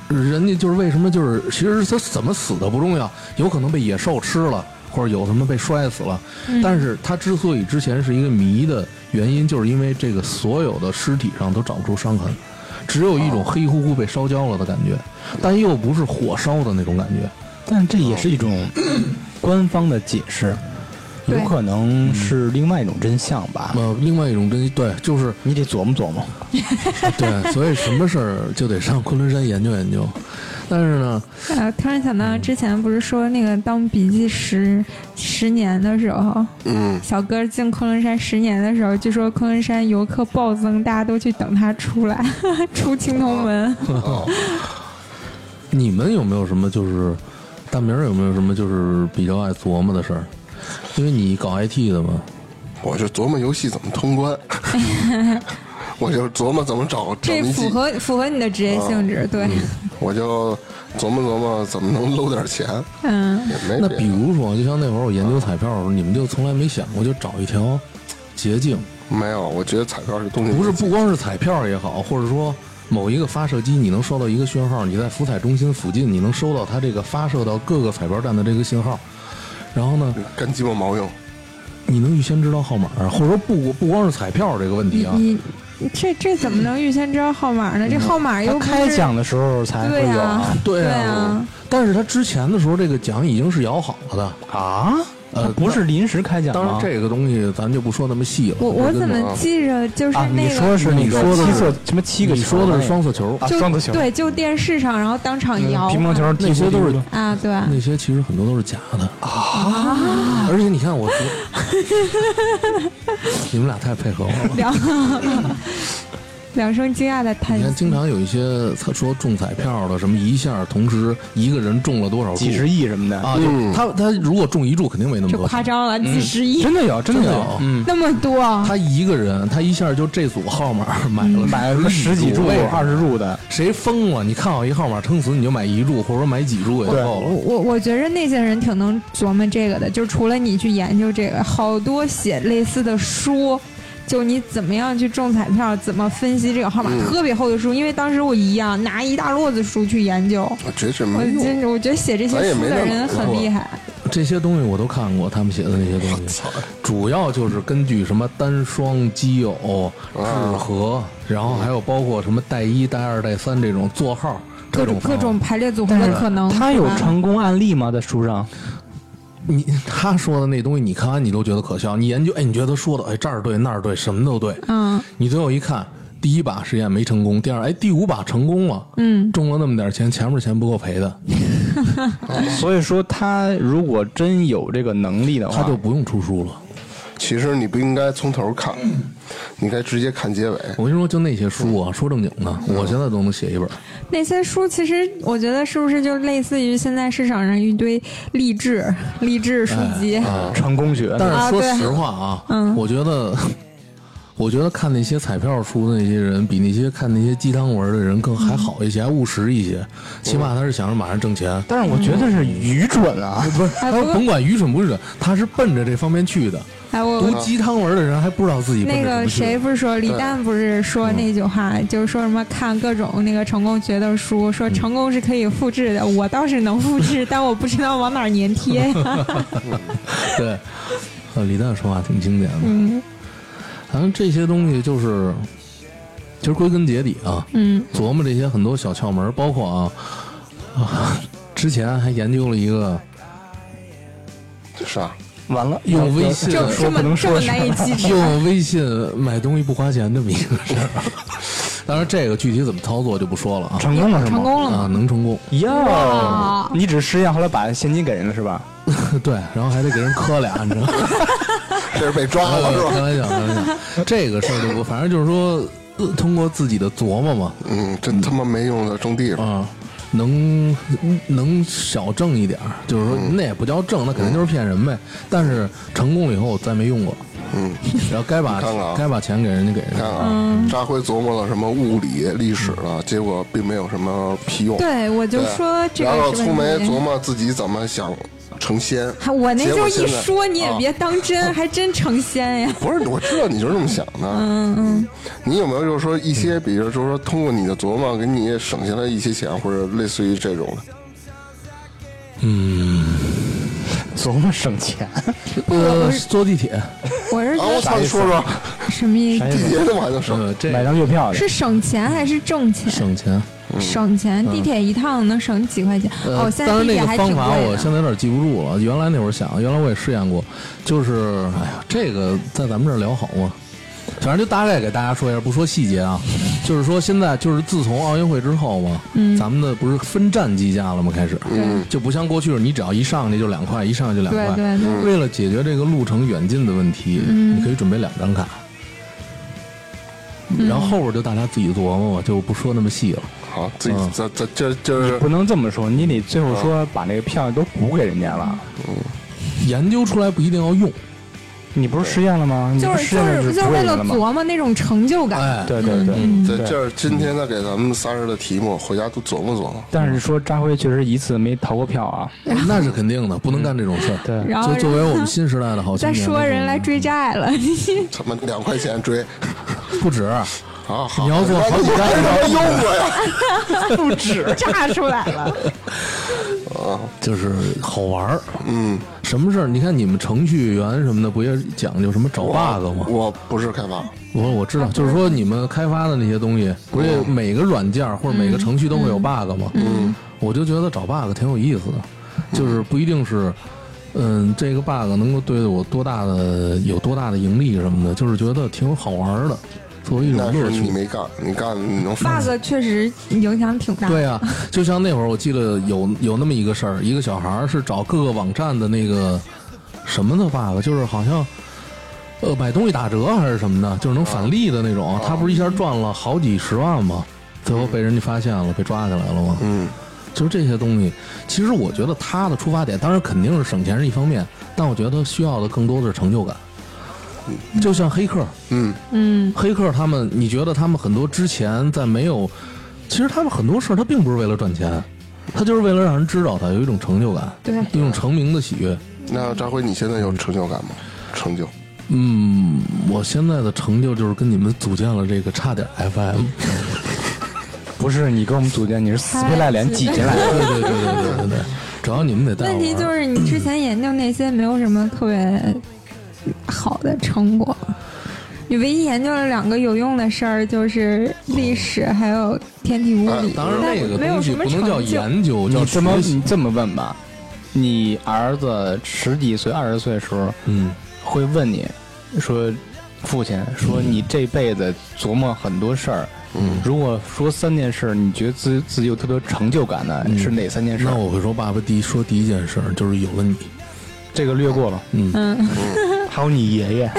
[SPEAKER 1] 嗯，人家就是为什么就是，其实他怎么死的不重要，有可能被野兽吃了，或者有什么被摔死了。但是他之所以之前是一个谜的原因，就是因为这个所有的尸体上都找不出伤痕，只有一种黑乎乎被烧焦了的感觉，但又不是火烧的那种感觉。
[SPEAKER 3] 但这也是一种
[SPEAKER 1] 哦
[SPEAKER 3] 官方的解释，有
[SPEAKER 5] 对
[SPEAKER 3] 可能是另外一种真相吧。
[SPEAKER 1] 呃，另外一种真对，就是
[SPEAKER 3] 你得琢磨琢磨。
[SPEAKER 1] 对，所以什么事儿就得上昆仑山研究研究。但是呢，
[SPEAKER 5] 呃，突然想到之前不是说那个当笔记十十年的时候，
[SPEAKER 2] 嗯，
[SPEAKER 5] 小哥进昆仑山十年的时候，据说昆仑山游客暴增，大家都去等他出来， 出青铜门。
[SPEAKER 2] 哦
[SPEAKER 1] 你们有没有什么就是大明儿有没有什么就是比较爱琢磨的事儿？因为你搞 IT 的嘛，
[SPEAKER 2] 我就琢磨游戏怎么通关， 我就琢磨怎么找找
[SPEAKER 5] 这
[SPEAKER 2] 秘
[SPEAKER 5] 符
[SPEAKER 2] 籍，
[SPEAKER 5] 合符合你的职业性质，对，
[SPEAKER 2] 我就琢磨琢磨怎么能搂点钱，
[SPEAKER 5] 嗯
[SPEAKER 2] 也没
[SPEAKER 1] 那
[SPEAKER 2] 别
[SPEAKER 1] 比
[SPEAKER 2] 的
[SPEAKER 1] 如说，就像那会儿我研究彩票的时候，你们就从来没想过就找一条捷径，
[SPEAKER 2] 没有，我觉得彩票这东西
[SPEAKER 1] 不是不光是彩票也好，或者说某一个发射机你能收到一个讯号，你在福彩中心附近你能收到它这个发射到各个彩票站的这个信号，然后呢，
[SPEAKER 2] 干鸡巴毛用，
[SPEAKER 1] 你能预先知道号码，或者说不不光是彩票这个问题啊，
[SPEAKER 5] 你你这这怎么能预先知道号码呢？这号
[SPEAKER 1] 哎
[SPEAKER 5] 码又
[SPEAKER 3] 他
[SPEAKER 5] 不是
[SPEAKER 3] 开奖的时候才会
[SPEAKER 5] 对
[SPEAKER 3] 有
[SPEAKER 5] 呀
[SPEAKER 3] 啊，
[SPEAKER 1] 对
[SPEAKER 5] 对
[SPEAKER 1] 啊
[SPEAKER 5] 啊，
[SPEAKER 1] 但是他之前的时候这个奖已经是摇好了的。
[SPEAKER 3] 啊，
[SPEAKER 1] 呃
[SPEAKER 3] 不是临时开奖
[SPEAKER 1] 当
[SPEAKER 3] 吗
[SPEAKER 1] 然，？这个东西咱就不说那么细了。
[SPEAKER 5] 我我怎么记着就是
[SPEAKER 3] 啊，
[SPEAKER 5] 那
[SPEAKER 3] 你
[SPEAKER 5] 个
[SPEAKER 3] 说是那
[SPEAKER 1] 你
[SPEAKER 3] 个
[SPEAKER 1] 说的
[SPEAKER 3] 七
[SPEAKER 1] 是
[SPEAKER 3] 色什么七个
[SPEAKER 1] 你
[SPEAKER 3] 球
[SPEAKER 1] 说
[SPEAKER 3] 儿那个？
[SPEAKER 1] 的是双色球
[SPEAKER 3] 啊，
[SPEAKER 5] 就
[SPEAKER 3] 双子球，
[SPEAKER 5] 对，就电视上然后当场
[SPEAKER 3] 嗯，
[SPEAKER 5] 摇
[SPEAKER 3] 乒乓球、嗯
[SPEAKER 1] 那些都是
[SPEAKER 5] 啊，对，
[SPEAKER 1] 那些其实很多都是假的啊！ 而且你看我说，你们俩太配合我了。
[SPEAKER 5] 两两声惊讶的叹
[SPEAKER 1] 你看，
[SPEAKER 5] 息
[SPEAKER 1] 经。常有一些他说中彩票的，什么一下同时一个人中了多少注
[SPEAKER 3] 几十亿什嗯么的，
[SPEAKER 1] 啊？就他他如果中一注，肯定没那么
[SPEAKER 5] 这
[SPEAKER 1] 多
[SPEAKER 5] 夸
[SPEAKER 1] 钱。
[SPEAKER 5] 张了，几十亿，
[SPEAKER 3] 嗯真的有，真
[SPEAKER 1] 的
[SPEAKER 3] 的
[SPEAKER 1] 有
[SPEAKER 3] 有，嗯，
[SPEAKER 5] 那么多，啊
[SPEAKER 1] 他一个人，他一下就这组号码买了
[SPEAKER 3] 嗯买了什么十几注、
[SPEAKER 1] 为什么
[SPEAKER 3] 二十注啊的，
[SPEAKER 1] 啊谁疯了？你看好一号码撑死你就买一注，或者说买几注也
[SPEAKER 3] 对
[SPEAKER 1] 够
[SPEAKER 5] 我
[SPEAKER 1] 了。
[SPEAKER 5] 我我觉着那些人挺能琢磨这个的，就除了你去研究这个，好多写类似的书，就你怎么样去中彩票，怎么分析这个号码，
[SPEAKER 1] 嗯
[SPEAKER 5] 特别厚的书。因为当时我一样拿一大摞子书去研究，
[SPEAKER 2] 我觉得这
[SPEAKER 1] 哎
[SPEAKER 5] 我
[SPEAKER 2] 没用。
[SPEAKER 5] 真我觉得写这些书的人很厉害。
[SPEAKER 1] 这些东西我都看过，他们写的那些东西，主要就是根据什么单双基友、
[SPEAKER 2] 啊
[SPEAKER 1] 制和，然后还有包括什么带一、带二、带三这种座号，
[SPEAKER 5] 各
[SPEAKER 1] 这
[SPEAKER 5] 种
[SPEAKER 1] 种
[SPEAKER 5] 各种
[SPEAKER 1] 方法。
[SPEAKER 5] 排列组合的可能，
[SPEAKER 3] 他有
[SPEAKER 5] 是吧
[SPEAKER 3] 成功案例吗？在书 上，
[SPEAKER 1] 你他说的那东西，你看完你都觉得可笑，你研究，哎，你觉得他说的，哎，这儿对那儿对，什么都对，
[SPEAKER 5] 嗯
[SPEAKER 1] 你最后一看，第一把实验没成功，第二，哎，第五把成功了，
[SPEAKER 5] 嗯，
[SPEAKER 1] 中了那么点钱，前面钱不够赔的，
[SPEAKER 3] 所以说他如果真有这个能力的话，
[SPEAKER 1] 他就不用出书了。
[SPEAKER 2] 其实你不应该从头看，你该直接看结尾。
[SPEAKER 1] 我跟你说，就那些书啊，说正经的，我现在都能写一本。
[SPEAKER 5] 那些书其实我觉得是不是就类似于现在市场上一堆励志励志书籍，
[SPEAKER 3] 成功学呢，
[SPEAKER 1] 但是
[SPEAKER 5] 啊
[SPEAKER 1] 说
[SPEAKER 5] 对嗯
[SPEAKER 1] 实话 啊，我觉得，我觉得看那些彩票书的那些人，比那些看那些鸡汤文的人更还好一些，还务实一些。起码他是想着马上挣钱，
[SPEAKER 3] 但是我觉得是愚蠢啊，
[SPEAKER 1] 不是
[SPEAKER 5] 嗯
[SPEAKER 1] 他
[SPEAKER 5] 哎不
[SPEAKER 1] 甭管愚蠢不愚蠢，他是奔着这方面去的。
[SPEAKER 5] 哎我
[SPEAKER 1] 读鸡汤文的人还不知道自己奔
[SPEAKER 5] 那
[SPEAKER 1] 着什
[SPEAKER 5] 个
[SPEAKER 1] 么去
[SPEAKER 5] 谁不是说李
[SPEAKER 2] 对
[SPEAKER 5] 诞不是说那句话，就是说什么看各种那个成功学的书，说成功是可以复制的，我倒是能复制，但我不知道往哪儿粘贴呀。
[SPEAKER 1] 对，呃，李诞说话挺经典的。
[SPEAKER 5] 嗯
[SPEAKER 1] 反正这些东西就是，其实归根结底啊，
[SPEAKER 5] 嗯，
[SPEAKER 1] 琢磨这些很多小窍门儿，包括啊，啊之前还研究了一个
[SPEAKER 2] 是啊，
[SPEAKER 3] 完了，
[SPEAKER 1] 用
[SPEAKER 3] 要
[SPEAKER 1] 微信
[SPEAKER 3] 要
[SPEAKER 1] 这
[SPEAKER 3] 说不能说是吧
[SPEAKER 5] 启齿
[SPEAKER 1] 用微信买东西不花钱这么一个事儿。啊当然，这个具体怎么操作就不说了啊。
[SPEAKER 3] 成功了是吗？
[SPEAKER 5] 成功了
[SPEAKER 1] 啊，
[SPEAKER 5] 吗？
[SPEAKER 1] 能成功，
[SPEAKER 3] 哟
[SPEAKER 5] 哇，
[SPEAKER 3] 你只是试验，后来把现金给人了是吧？
[SPEAKER 1] 对，然后还得给人磕俩，你知道吗？
[SPEAKER 2] 这是被抓了是吧？
[SPEAKER 1] 刚才讲，刚才讲，这个事儿就不，反正就是说，呃通过自己的琢磨嘛，
[SPEAKER 2] 嗯，真他妈没用的种地上，
[SPEAKER 1] 啊，能能少挣一点儿，就是说那也不叫挣，那肯定就是骗人呗。但是成功了以后，我再没用过，
[SPEAKER 2] 嗯，
[SPEAKER 1] 然后该把
[SPEAKER 2] 你看看啊
[SPEAKER 1] 该把钱给人家给人
[SPEAKER 2] 你
[SPEAKER 1] 家
[SPEAKER 2] 看。啊，
[SPEAKER 5] 嗯
[SPEAKER 2] 扎辉琢磨了什么物理、历史了，结果并没有什么屁用。
[SPEAKER 5] 对，我就
[SPEAKER 2] 对啊
[SPEAKER 5] 说这
[SPEAKER 2] 然后
[SPEAKER 5] 个是
[SPEAKER 2] 粗梅
[SPEAKER 5] 问
[SPEAKER 2] 琢
[SPEAKER 5] 题。
[SPEAKER 2] 磨自己怎么想成仙
[SPEAKER 5] 还，我那
[SPEAKER 2] 结
[SPEAKER 5] 就
[SPEAKER 2] 果
[SPEAKER 5] 一
[SPEAKER 2] 现在
[SPEAKER 5] 说，你也
[SPEAKER 2] 啊
[SPEAKER 5] 别当真，还真成仙呀！
[SPEAKER 2] 不是，我知道你就是这么想的。嗯嗯，你有没有就是说一些，比如就是说通过你的琢磨，给你省下来一些钱，或者类似于这种的？
[SPEAKER 3] 琢磨省钱，
[SPEAKER 1] 呃，坐地铁，
[SPEAKER 5] 我是
[SPEAKER 2] 啊，
[SPEAKER 5] 觉
[SPEAKER 2] 我
[SPEAKER 5] 得
[SPEAKER 2] 操，你说说，
[SPEAKER 5] 什么嗯意思
[SPEAKER 3] 啥？意
[SPEAKER 2] 地
[SPEAKER 3] 思？
[SPEAKER 2] 铁怎么还能省？
[SPEAKER 1] 呃，这
[SPEAKER 3] 买张月票去
[SPEAKER 5] 是省钱还是挣钱？
[SPEAKER 1] 省钱。
[SPEAKER 5] 省钱，地铁一趟能省几块钱？
[SPEAKER 1] 呃，
[SPEAKER 5] 哦，现
[SPEAKER 1] 当
[SPEAKER 5] 在
[SPEAKER 1] 然那
[SPEAKER 5] 地铁
[SPEAKER 1] 个
[SPEAKER 5] 还
[SPEAKER 1] 方
[SPEAKER 5] 挺
[SPEAKER 1] 法我
[SPEAKER 5] 贵
[SPEAKER 1] 现
[SPEAKER 5] 的。
[SPEAKER 1] 在有点记不住了。原来那会儿想，原来我也试验过，就是哎呀，这个在咱们这儿聊好吗？反正就大概给大家说一下，不说细节啊，就是说现在就是自从奥运会之后嘛，
[SPEAKER 5] 嗯
[SPEAKER 1] 咱们的不是分站计价了吗？开始，
[SPEAKER 2] 嗯
[SPEAKER 1] 就不像过去你只要一上去就两块，一上去就两块。
[SPEAKER 5] 对对嗯对
[SPEAKER 1] 为了解决这个路程远近的问题，你可以准备两张卡。
[SPEAKER 5] 嗯
[SPEAKER 1] 然后后边就大家自己琢磨吧，就不说那么细了。
[SPEAKER 2] 好，自己
[SPEAKER 1] 嗯
[SPEAKER 2] 咱咱这就是
[SPEAKER 3] 不能这么说，你得最后说把那个票都补给人家了。
[SPEAKER 1] 研究出来不一定要用，
[SPEAKER 3] 你不是试验了吗？你
[SPEAKER 5] 就
[SPEAKER 3] 不
[SPEAKER 5] 是
[SPEAKER 3] 试
[SPEAKER 5] 就
[SPEAKER 3] 验了
[SPEAKER 5] 是就是
[SPEAKER 3] 补给
[SPEAKER 5] 为
[SPEAKER 3] 人
[SPEAKER 5] 了
[SPEAKER 3] 了嗯吗？
[SPEAKER 5] 琢磨那种成就感，
[SPEAKER 1] 哎，
[SPEAKER 3] 对对对。
[SPEAKER 2] 这这是今天他给咱们仨人的题目，回家都琢磨琢磨。
[SPEAKER 3] 但是说扎辉确实一次没逃过票 啊。
[SPEAKER 1] 嗯那是肯定的，不能干这种事儿。
[SPEAKER 3] 对
[SPEAKER 5] 嗯然后
[SPEAKER 1] 就作为我们新时代的好青
[SPEAKER 5] 再
[SPEAKER 1] 年，
[SPEAKER 5] 说人
[SPEAKER 1] 嗯
[SPEAKER 5] 来追债了。
[SPEAKER 2] 他妈两块钱追
[SPEAKER 1] 不止，
[SPEAKER 2] 啊！好
[SPEAKER 1] 你要做好几
[SPEAKER 2] 那
[SPEAKER 1] 单
[SPEAKER 2] 你还是用过呀？
[SPEAKER 5] 不止炸出来了，
[SPEAKER 1] 就是好玩儿。
[SPEAKER 2] 嗯，
[SPEAKER 1] 什么事儿？你看你们程序员什么的，不也讲究什么找 bug 吗？
[SPEAKER 2] 我不是开发，
[SPEAKER 1] 我我知道，就是说你们开发的那些东西，不
[SPEAKER 5] 哦
[SPEAKER 1] 是每个软件或者每个程序都会有 bug 吗？嗯，我就觉得找 bug 挺有意思的，就是不一定是，嗯，这个 bug 能够对我多大的有多大的盈利什么的，就是觉得挺好玩儿的，作为一种
[SPEAKER 2] 那是
[SPEAKER 1] 乐趣
[SPEAKER 2] 你。没干，你干你能发
[SPEAKER 5] bug 确实影响挺大。
[SPEAKER 1] 对啊，就像那会儿，我记得有有那么一个事儿，一个小孩儿是找各个网站的那个什么的 bug，就是好像呃买东西打折还是什么的，就是能返利的那种。啊他不是一下赚了好几十万吗？最后被人家发现了，被抓起来了吗？
[SPEAKER 2] 嗯，
[SPEAKER 1] 就是这些东西，其实我觉得他的出发点当然肯定是省钱是一方面，但我觉得需要的更多的是成就感。就像黑客，
[SPEAKER 2] 嗯，
[SPEAKER 5] 嗯，
[SPEAKER 1] 黑客他们，你觉得他们很多之前在没有，其实他们很多事儿他并不是为了赚钱，他就是为了让人知道他有一种成就感，
[SPEAKER 5] 对
[SPEAKER 1] 一种成名的喜悦。
[SPEAKER 2] 那张辉，你现在有成就感吗？成就，
[SPEAKER 1] 嗯，我现在的成就就是跟你们组建了这个差点 FM。
[SPEAKER 3] 不是你跟我们组建，你是死皮赖脸挤进 来的。
[SPEAKER 1] 对对对对对对对，主要你们得带我玩
[SPEAKER 5] 问题就是你之前研究那些没有什么特别好的成果，你唯一研究了两个有用的事儿就是历史还有天体物理，
[SPEAKER 1] 哦当然那个
[SPEAKER 5] 没有
[SPEAKER 1] 东西
[SPEAKER 5] 什么
[SPEAKER 1] 不能叫
[SPEAKER 5] 成就。
[SPEAKER 1] 研究，叫
[SPEAKER 3] 你这么
[SPEAKER 1] 学习
[SPEAKER 3] 你这么问吧，你儿子十几岁、二十岁的时候
[SPEAKER 1] 嗯
[SPEAKER 3] 会问你说，父亲说你这辈子琢磨很多事儿，
[SPEAKER 2] 嗯，
[SPEAKER 3] 如果说三件事，你觉得自自己有特别有成就感的
[SPEAKER 1] 嗯
[SPEAKER 3] 是哪三件事？
[SPEAKER 1] 那我会说，爸爸第一说第一件事儿就是有了你，
[SPEAKER 3] 这个略过了。
[SPEAKER 1] 嗯
[SPEAKER 5] 嗯，
[SPEAKER 3] 还有你爷爷，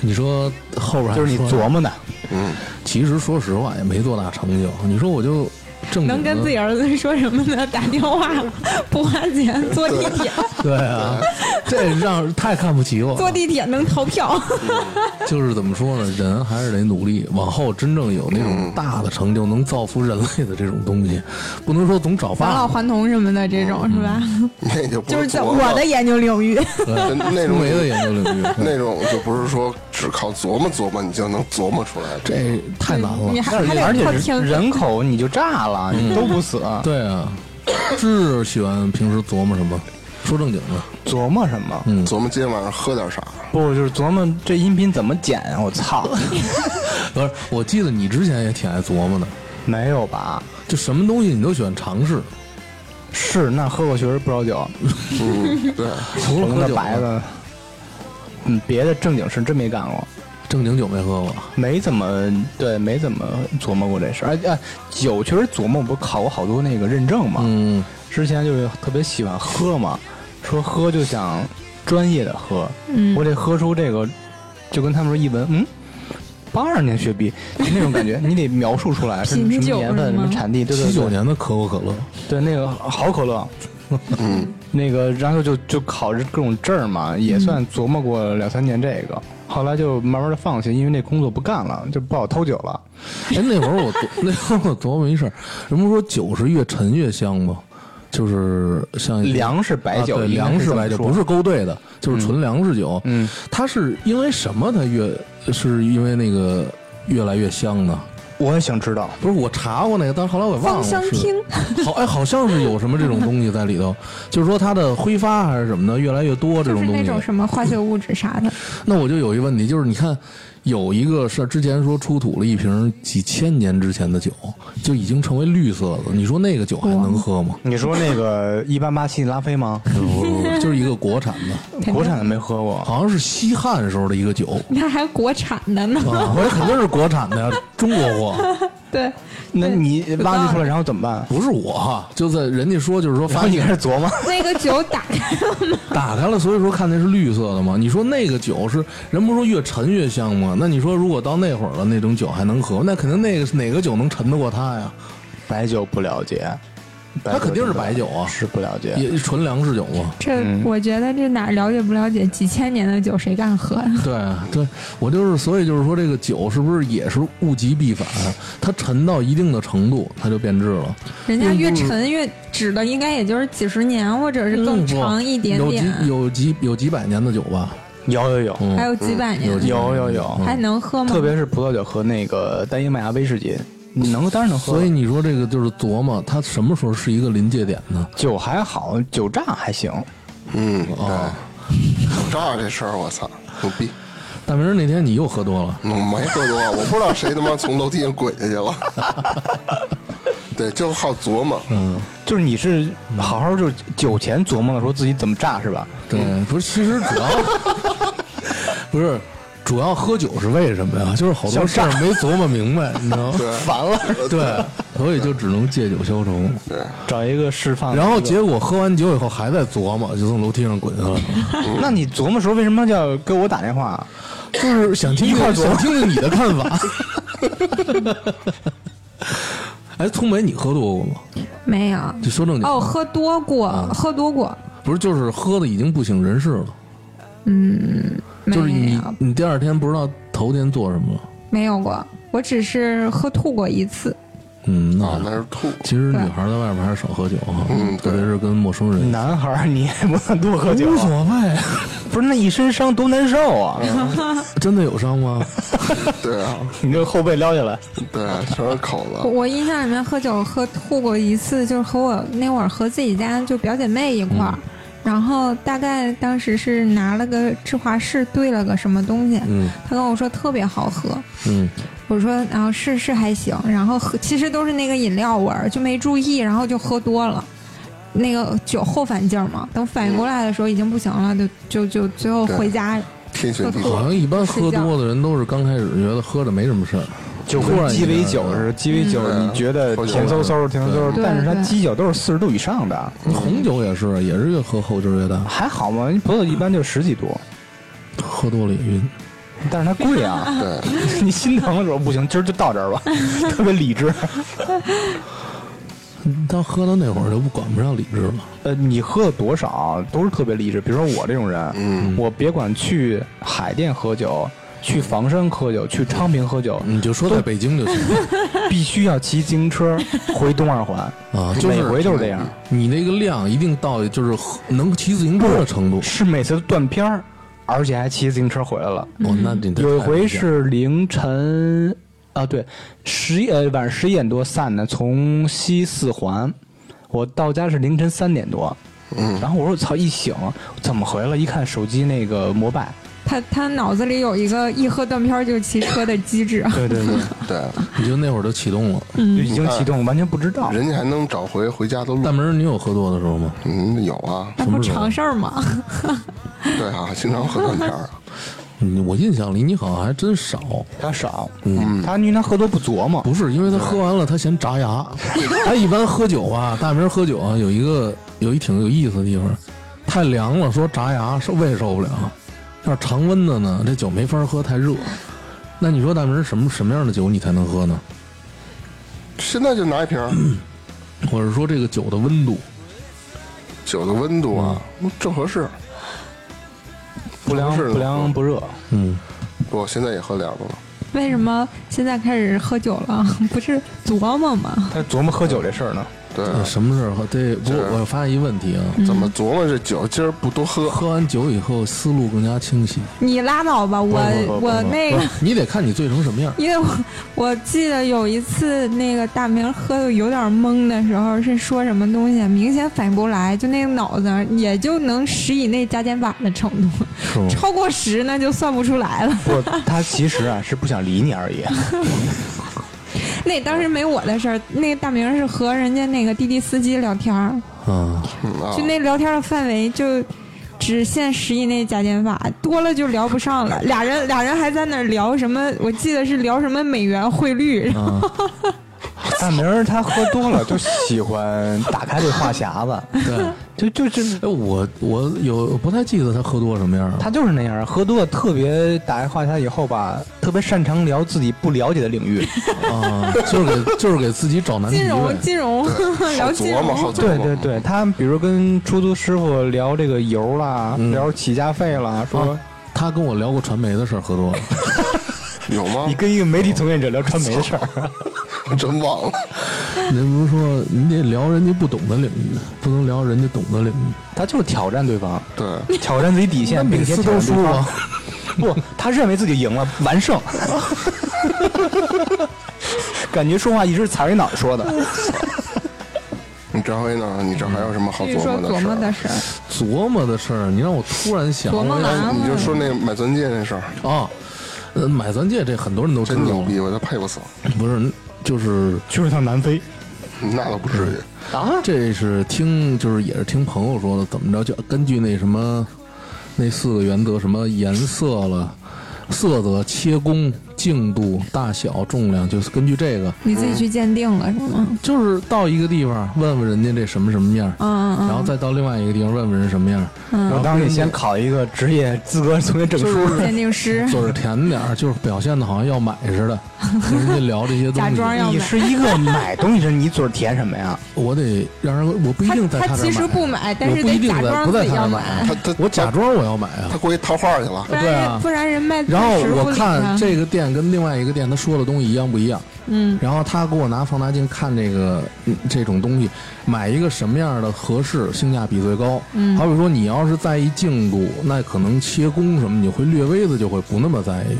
[SPEAKER 1] 你说后边还
[SPEAKER 3] 就是你
[SPEAKER 1] 说
[SPEAKER 3] 琢磨的，
[SPEAKER 2] 嗯，
[SPEAKER 1] 其实说实话也没多大成就。你说我就正经的
[SPEAKER 5] 能跟自己儿子说什么呢？ 打电话了，不花钱，坐地铁，
[SPEAKER 1] 对 啊，这让人太看不起我
[SPEAKER 5] 坐
[SPEAKER 1] 了。
[SPEAKER 5] 地铁能逃票。
[SPEAKER 1] 就是怎么说呢，人还是得努力，往后真正有那
[SPEAKER 3] 嗯
[SPEAKER 1] 种大的成就，能造福人类的这种东西，不能说总找
[SPEAKER 5] 返老
[SPEAKER 1] 爸。嗯
[SPEAKER 5] 还童什么的这种是吧？
[SPEAKER 2] 那就不
[SPEAKER 5] 就是在
[SPEAKER 2] 琢
[SPEAKER 5] 我
[SPEAKER 2] 磨
[SPEAKER 5] 的研究领域，
[SPEAKER 2] 真那
[SPEAKER 1] 苏
[SPEAKER 2] 种
[SPEAKER 1] 梅的研究领域，
[SPEAKER 2] 那种就不是说只靠琢磨琢磨你就能琢磨出来的。
[SPEAKER 1] 这太难了
[SPEAKER 5] 你。还还
[SPEAKER 3] 而
[SPEAKER 5] 得靠
[SPEAKER 3] 且是
[SPEAKER 5] 天分。
[SPEAKER 3] 人口你就炸了，你都不死，
[SPEAKER 1] 对啊，是喜欢平时琢磨什么？说正经的，
[SPEAKER 3] 琢磨什么？
[SPEAKER 1] 嗯，
[SPEAKER 2] 琢磨今天晚上喝点啥？
[SPEAKER 3] 不就是琢磨这音频怎么剪啊？我 操，
[SPEAKER 1] 不是，我记得你之前也挺爱琢磨的，
[SPEAKER 3] 没有吧？
[SPEAKER 1] 就什么东西你都喜欢尝试。
[SPEAKER 3] 是，那喝过确实不少酒，
[SPEAKER 2] 嗯，对，
[SPEAKER 1] 除了
[SPEAKER 3] 红
[SPEAKER 1] 喝
[SPEAKER 3] 的
[SPEAKER 1] 酒
[SPEAKER 3] 白
[SPEAKER 1] 啊，
[SPEAKER 3] 的，嗯，别的正经事真没干过，
[SPEAKER 1] 正经酒没喝过。
[SPEAKER 3] 没怎么对，没怎么琢磨过这事儿。哎哎，酒确实琢磨，不是考过好多那个认证嘛，
[SPEAKER 1] 嗯，
[SPEAKER 3] 之前就是特别喜欢喝嘛，说喝就想专业的喝，
[SPEAKER 5] 嗯
[SPEAKER 3] 我得喝出这个，就跟他们说一闻，嗯，八二年雪碧就那种感 觉，你得描述出来是什么
[SPEAKER 5] 品酒
[SPEAKER 3] 年份、
[SPEAKER 5] 是
[SPEAKER 3] 什
[SPEAKER 5] 吗
[SPEAKER 3] 么产地，对对
[SPEAKER 1] 七九
[SPEAKER 3] 对，
[SPEAKER 1] 年的可口可乐，
[SPEAKER 3] 对那个好可乐，
[SPEAKER 2] 嗯，
[SPEAKER 3] 那个然后就就考着各种证儿嘛，也算琢磨过两三年这个，后来就慢慢的放弃，因为那工作不干了，就不好偷酒了。
[SPEAKER 1] 哎，那会儿我琢那会儿我琢磨一事儿，人不是说酒是越沉越香吗？就是像
[SPEAKER 3] 粮食白酒
[SPEAKER 1] 啊对
[SPEAKER 3] 应该
[SPEAKER 1] 粮
[SPEAKER 3] 是
[SPEAKER 1] 食
[SPEAKER 3] 这么
[SPEAKER 1] 白酒
[SPEAKER 3] 说
[SPEAKER 1] 不是勾兑的，就是纯粮食酒。
[SPEAKER 3] 嗯，
[SPEAKER 1] 它是因为什么？它越是因为那个越来越香呢？
[SPEAKER 3] 我也想知道，
[SPEAKER 1] 不是我查过那个，但是后来我忘了
[SPEAKER 5] 芳香
[SPEAKER 1] 是
[SPEAKER 5] 烃
[SPEAKER 1] 好哎，好像是有什么这种东西在里头，就是说它的挥发还是什么的越来越多这
[SPEAKER 5] 就是
[SPEAKER 1] 种东
[SPEAKER 5] 那
[SPEAKER 1] 西。
[SPEAKER 5] 种什么化学物质啥的，
[SPEAKER 1] 那我就有一问题，就是你看，有一个是之前说出土了一瓶几千年之前的酒，就已经成为绿色的，你说那个酒还能喝吗？
[SPEAKER 3] 你说那个一八八七拉菲吗？
[SPEAKER 1] 不不不就是一个国产的，
[SPEAKER 5] 肯定
[SPEAKER 3] 国产的没喝过，
[SPEAKER 1] 好像是西汉时候的一个酒，
[SPEAKER 5] 那还国产的呢。
[SPEAKER 1] 啊，我肯定是国产的呀，中国货，
[SPEAKER 5] 对，
[SPEAKER 3] 那你
[SPEAKER 5] 有
[SPEAKER 3] 挖掘
[SPEAKER 5] 道
[SPEAKER 3] 出来，
[SPEAKER 5] 理
[SPEAKER 3] 然后怎么办？
[SPEAKER 1] 不是我哈，就在人家说就是说
[SPEAKER 3] 然
[SPEAKER 1] 发
[SPEAKER 3] 后你
[SPEAKER 1] 现
[SPEAKER 3] 开始琢磨，
[SPEAKER 5] 那个酒打开了吗？
[SPEAKER 1] 打开了，所以说看那是绿色的嘛。你说那个酒是人不是说越沉越香吗？那你说如果到那会儿了，那种酒还能喝吗？那肯定那个哪个酒能沉得过它呀？
[SPEAKER 3] 白酒不了解，
[SPEAKER 1] 它肯定是白酒啊
[SPEAKER 3] 是不了解。
[SPEAKER 1] 也纯粮食酒啊嘛。
[SPEAKER 5] 这我觉得这哪儿了解不了解？几千年的酒谁敢喝 呀？
[SPEAKER 1] 对对，我就是，所以就是说，这个酒是不是也是物极必反？它沉到一定的程度，它就变质了。
[SPEAKER 5] 人家越沉越指的应该也就是几十年，或者是更长一点
[SPEAKER 1] 嗯
[SPEAKER 5] 啊
[SPEAKER 1] 有几
[SPEAKER 5] 点，
[SPEAKER 1] 有几有几百年的酒吧？
[SPEAKER 3] 有有有
[SPEAKER 1] 嗯
[SPEAKER 5] 还有几百年，
[SPEAKER 3] 有有有，
[SPEAKER 5] 还能喝吗？
[SPEAKER 3] 特别是葡萄酒和那个单一麦芽威士忌，你能当然能喝。
[SPEAKER 1] 所以你说这个就是琢磨，它什么时候是一个临界点呢？
[SPEAKER 3] 酒还好，酒榨还行。
[SPEAKER 2] 嗯，对，口罩这事儿，我操，牛逼！
[SPEAKER 1] 大明儿那天你又喝多了，
[SPEAKER 2] 我没喝多，我不知道谁他妈从楼梯上滚下去了。对，就好琢磨，
[SPEAKER 3] 就是你是好好就是酒前琢磨了，说自己怎么榨是吧？
[SPEAKER 1] 对，
[SPEAKER 3] 嗯
[SPEAKER 1] 不是，其实主要 不是主要喝酒是为什么呀？就是好多事儿没琢磨明白，你知道吗？
[SPEAKER 2] 对，
[SPEAKER 3] 完了，
[SPEAKER 1] 对，所以就只能借酒消愁。
[SPEAKER 2] 对，
[SPEAKER 3] 找一个释放。
[SPEAKER 1] 然后结果喝完酒以后还在琢磨，就从楼梯上滚啊下来了，
[SPEAKER 3] 那你琢磨时候为什么要给我打电话？
[SPEAKER 1] 就是想听
[SPEAKER 3] 一块
[SPEAKER 1] 听
[SPEAKER 3] 儿琢磨
[SPEAKER 1] 想听听你的看法。哎，聪梅，你喝多过吗？
[SPEAKER 5] 没有。
[SPEAKER 1] 就嗯说正经，
[SPEAKER 5] 哦，喝多过，喝多过，
[SPEAKER 1] 不是，就是喝的已经不省人事了，
[SPEAKER 5] 没
[SPEAKER 1] 就是你
[SPEAKER 5] 有
[SPEAKER 1] 你第二天不知道头天做什么了。
[SPEAKER 5] 没有过，我只是喝吐过一次。
[SPEAKER 1] 嗯，那
[SPEAKER 2] 啊，那是吐，
[SPEAKER 1] 其实女孩在外边还是少喝酒哈，
[SPEAKER 2] 嗯
[SPEAKER 1] 特
[SPEAKER 2] 对
[SPEAKER 1] 别是跟陌生人。
[SPEAKER 3] 男孩儿你也不能多 喝酒啊，
[SPEAKER 1] 谓，
[SPEAKER 3] 不是那一身伤多难受啊！
[SPEAKER 1] 真的有伤吗？
[SPEAKER 2] 对啊，
[SPEAKER 3] 你这后背撩下来，
[SPEAKER 2] 对啊，全是口
[SPEAKER 1] 哦
[SPEAKER 5] 我
[SPEAKER 2] 子，
[SPEAKER 5] 我印象里面喝酒喝吐过一次，就是和我那会儿和自己家就表姐妹一
[SPEAKER 1] 嗯
[SPEAKER 5] 块儿，然后大概当时是拿了个芝华士兑了个什么东西，
[SPEAKER 1] 嗯
[SPEAKER 5] 她跟我说特别好喝，
[SPEAKER 1] 嗯，
[SPEAKER 5] 我说啊是是还行，然后喝其实都是那个饮料味儿，就没注意，然后就喝多了。那个酒后反劲儿嘛，等反应过来的时候已经不行了，就就就最后
[SPEAKER 2] 对
[SPEAKER 5] 回家
[SPEAKER 2] 天旋地
[SPEAKER 5] 我
[SPEAKER 1] 好
[SPEAKER 2] 转，
[SPEAKER 1] 像一般喝多的人都是刚开始觉得喝着没什么事儿，
[SPEAKER 3] 就
[SPEAKER 1] 突然一
[SPEAKER 3] 跟
[SPEAKER 1] 下
[SPEAKER 3] 鸡尾酒似的，鸡尾酒
[SPEAKER 2] 嗯。
[SPEAKER 3] 你觉得甜嗖嗖甜嗖嗖，
[SPEAKER 5] 对
[SPEAKER 3] 但是它
[SPEAKER 5] 对
[SPEAKER 3] 鸡酒都是四十度以上的，
[SPEAKER 1] 红酒也是，也是越喝后劲儿越大，
[SPEAKER 3] 还好嘛，葡萄一般就十几度，
[SPEAKER 1] 喝多了也晕。
[SPEAKER 3] 但是它贵啊
[SPEAKER 2] 对，
[SPEAKER 3] 你心疼的时候不行，今儿就到这儿吧，特别理智。
[SPEAKER 1] 但喝到那会儿就不管不上理智了。
[SPEAKER 3] 呃，你喝了多少都是特别理智。比如说我这种人，
[SPEAKER 2] 嗯
[SPEAKER 3] 我别管去海淀喝酒。去房山喝酒，去昌平喝酒，
[SPEAKER 1] 你嗯就说在北京就行
[SPEAKER 3] 必须要骑自行车回东二环，
[SPEAKER 1] 啊，就
[SPEAKER 3] 每
[SPEAKER 1] 是
[SPEAKER 3] 回都是这样。
[SPEAKER 1] 你那个量一定到就是喝能骑自行车的程度。
[SPEAKER 3] 是每次都断片儿，而且还骑自行车回来了。
[SPEAKER 1] 哦，那你得
[SPEAKER 3] 有一
[SPEAKER 1] 太危
[SPEAKER 3] 回
[SPEAKER 1] 险
[SPEAKER 3] 是凌晨啊，对，十一呃晚上十一点多散的，从西四环，我到家是凌晨三点多。嗯，然后我说我操，一醒怎么回来？一看手机那个摩拜，
[SPEAKER 5] 他他脑子里有一个一喝断片儿就骑车的机制。
[SPEAKER 3] 对对对，
[SPEAKER 2] 对，
[SPEAKER 1] 你就那会儿都启动了。
[SPEAKER 3] 就已经启动，完全不知道。
[SPEAKER 2] 嗯人家还能找回回家的路
[SPEAKER 1] 大。门，你有喝多的时候吗？
[SPEAKER 2] 嗯，有啊，
[SPEAKER 5] 那不常事儿吗？
[SPEAKER 2] 对啊，经常喝断片儿啊。
[SPEAKER 1] 嗯我印象里你好像还真少，
[SPEAKER 3] 他少，
[SPEAKER 2] 嗯
[SPEAKER 3] 他因为他喝多不琢磨，
[SPEAKER 1] 不是因为他喝完了他嫌扎牙，他一般喝酒啊，大明儿喝酒啊有一个有一挺有意思的地方，太凉了说扎牙受胃受不了，要是常温的呢这酒没法喝太热，那你说大明儿什么什么样的酒你才能喝呢？
[SPEAKER 2] 现在就拿一瓶儿
[SPEAKER 1] 我是说这个酒的温度，
[SPEAKER 2] 酒的温度啊，正合适。
[SPEAKER 3] 不凉
[SPEAKER 2] 是的
[SPEAKER 3] 不凉不热。
[SPEAKER 1] 嗯，
[SPEAKER 2] 我现在也喝凉的了。
[SPEAKER 5] 为什么现在开始喝酒了？ 不是琢磨吗？
[SPEAKER 3] 他琢磨喝酒这事儿呢，
[SPEAKER 2] 对，
[SPEAKER 1] 呃什么事儿喝？这不过
[SPEAKER 2] 是
[SPEAKER 1] 我发现一问题啊，
[SPEAKER 2] 怎么琢磨这酒今儿不多喝？
[SPEAKER 1] 喝完酒以后思路更加清晰。
[SPEAKER 5] 你拉倒吧，我
[SPEAKER 3] 不不不
[SPEAKER 5] 我那 个
[SPEAKER 1] 不是，你得看你醉成什么样。
[SPEAKER 5] 因为我我记得有一次那个大明喝的有点懵的时候，是说什么东西啊，明显反应不过来，就那个脑子也就能十以内加减法的程度，
[SPEAKER 2] 嗯
[SPEAKER 1] 是吗？
[SPEAKER 5] 超过十那就算不出来了。
[SPEAKER 3] 不，他其实啊是不想理你而 已。
[SPEAKER 5] 那当时没我的事儿，那个大明是和人家那个滴滴司机聊天儿，
[SPEAKER 1] 啊，
[SPEAKER 2] 嗯啊
[SPEAKER 5] 就，那聊天的范围就只限十以内加减法，多了就聊不上了。俩人俩人还在那儿聊什么？我记得是聊什么美元汇率，
[SPEAKER 2] 啊
[SPEAKER 3] 大明儿他喝多了就喜欢打开这话匣子，
[SPEAKER 1] 对。
[SPEAKER 3] 就就是
[SPEAKER 1] 哎，我我有不太记得他喝多什么样了。啊
[SPEAKER 3] 他就是那样，喝多了特别打开话匣以后吧，特别擅长聊自己不了解的领域。
[SPEAKER 1] 啊，就是给就是给自己找难题
[SPEAKER 5] 金融
[SPEAKER 1] 呗。
[SPEAKER 5] 金融 聊
[SPEAKER 2] 好
[SPEAKER 5] 金
[SPEAKER 2] 琢磨，
[SPEAKER 5] 融，
[SPEAKER 2] 好琢
[SPEAKER 3] 对
[SPEAKER 2] 磨。
[SPEAKER 3] 对对，他比如跟出租师傅聊这个油啦，
[SPEAKER 1] 嗯
[SPEAKER 3] 聊起价费啦，说、
[SPEAKER 1] 啊他跟我聊过传媒的事儿，喝多 了。
[SPEAKER 2] 有吗
[SPEAKER 3] 你？跟一个媒体从业者聊传媒的事儿，
[SPEAKER 2] 我 真忘了。
[SPEAKER 1] 人不是说你得聊人家不懂的领域，不能聊人家懂的领域。
[SPEAKER 3] 他就是挑战对方，
[SPEAKER 2] 对，
[SPEAKER 3] 挑战自己底线，并且挑战对方。
[SPEAKER 1] 啊，
[SPEAKER 3] 不， 他认为自己赢了，完 胜。感觉说话一直踩着脑说的，
[SPEAKER 2] 你这回呢？你这还有什么好
[SPEAKER 5] 据
[SPEAKER 2] 琢
[SPEAKER 5] 嗯说
[SPEAKER 2] 磨
[SPEAKER 5] 琢磨
[SPEAKER 2] 的
[SPEAKER 5] 的
[SPEAKER 2] 事
[SPEAKER 5] 事儿，
[SPEAKER 1] 琢磨的事儿，你让我突然想
[SPEAKER 5] 琢磨
[SPEAKER 2] 儿？哎
[SPEAKER 5] 完
[SPEAKER 2] 你就
[SPEAKER 5] 了。
[SPEAKER 2] 说那买钻戒那事儿，
[SPEAKER 1] 啊，呃，买钻戒这很多人都知道
[SPEAKER 2] 真牛
[SPEAKER 1] 了，
[SPEAKER 2] 逼，我都佩服死了。
[SPEAKER 1] 不是就是
[SPEAKER 3] 去了趟南非
[SPEAKER 2] 那倒不至于。
[SPEAKER 3] 啊，
[SPEAKER 1] 这是听就是也是听朋友说的，怎么着就根据那什么那四个原则，什么颜色了、色泽、切工、净度、大小、重量，就是根据这个，
[SPEAKER 5] 你自己去鉴定了是吗？
[SPEAKER 1] 就是到一个地方问问人家这什么什么样，
[SPEAKER 5] 嗯嗯
[SPEAKER 1] 然后再到另外一个地方问问人什么样，
[SPEAKER 3] 我当时先考一个职业资格从业证书，
[SPEAKER 5] 嗯，鉴定师
[SPEAKER 1] 嘴儿甜点儿，就是表现的好像要买似 的，跟人家聊这些东西，
[SPEAKER 5] 假装要
[SPEAKER 3] 你
[SPEAKER 5] 买。
[SPEAKER 3] 是一个买东西的人，你嘴儿甜什么呀？
[SPEAKER 1] 我得让人我不一
[SPEAKER 5] 他
[SPEAKER 1] 定在
[SPEAKER 5] 他
[SPEAKER 1] 他这
[SPEAKER 5] 其
[SPEAKER 1] 儿
[SPEAKER 5] 实
[SPEAKER 1] 买，
[SPEAKER 5] 不买，但是
[SPEAKER 1] 我不一
[SPEAKER 5] 得
[SPEAKER 1] 定
[SPEAKER 5] 假
[SPEAKER 1] 在
[SPEAKER 5] 装
[SPEAKER 1] 不
[SPEAKER 5] 自
[SPEAKER 1] 在
[SPEAKER 5] 己
[SPEAKER 1] 他这
[SPEAKER 5] 要
[SPEAKER 1] 儿
[SPEAKER 5] 买，
[SPEAKER 2] 他他
[SPEAKER 1] 我假装我要买啊
[SPEAKER 2] 他，过去套话去了
[SPEAKER 5] 不。然
[SPEAKER 1] 对啊
[SPEAKER 5] 人不然人卖
[SPEAKER 1] 然后
[SPEAKER 5] 钻石不
[SPEAKER 1] 我
[SPEAKER 5] 理
[SPEAKER 1] 看
[SPEAKER 5] 他
[SPEAKER 1] 这个店跟另外一个店他说的东西一样不一样，
[SPEAKER 5] 嗯，
[SPEAKER 1] 然后他给我拿放大镜看这个嗯这种东西，买一个什么样的合适，性价比最高。嗯，好比说你要是在意净度，那可能切工什么你会略微的就会不那么在意，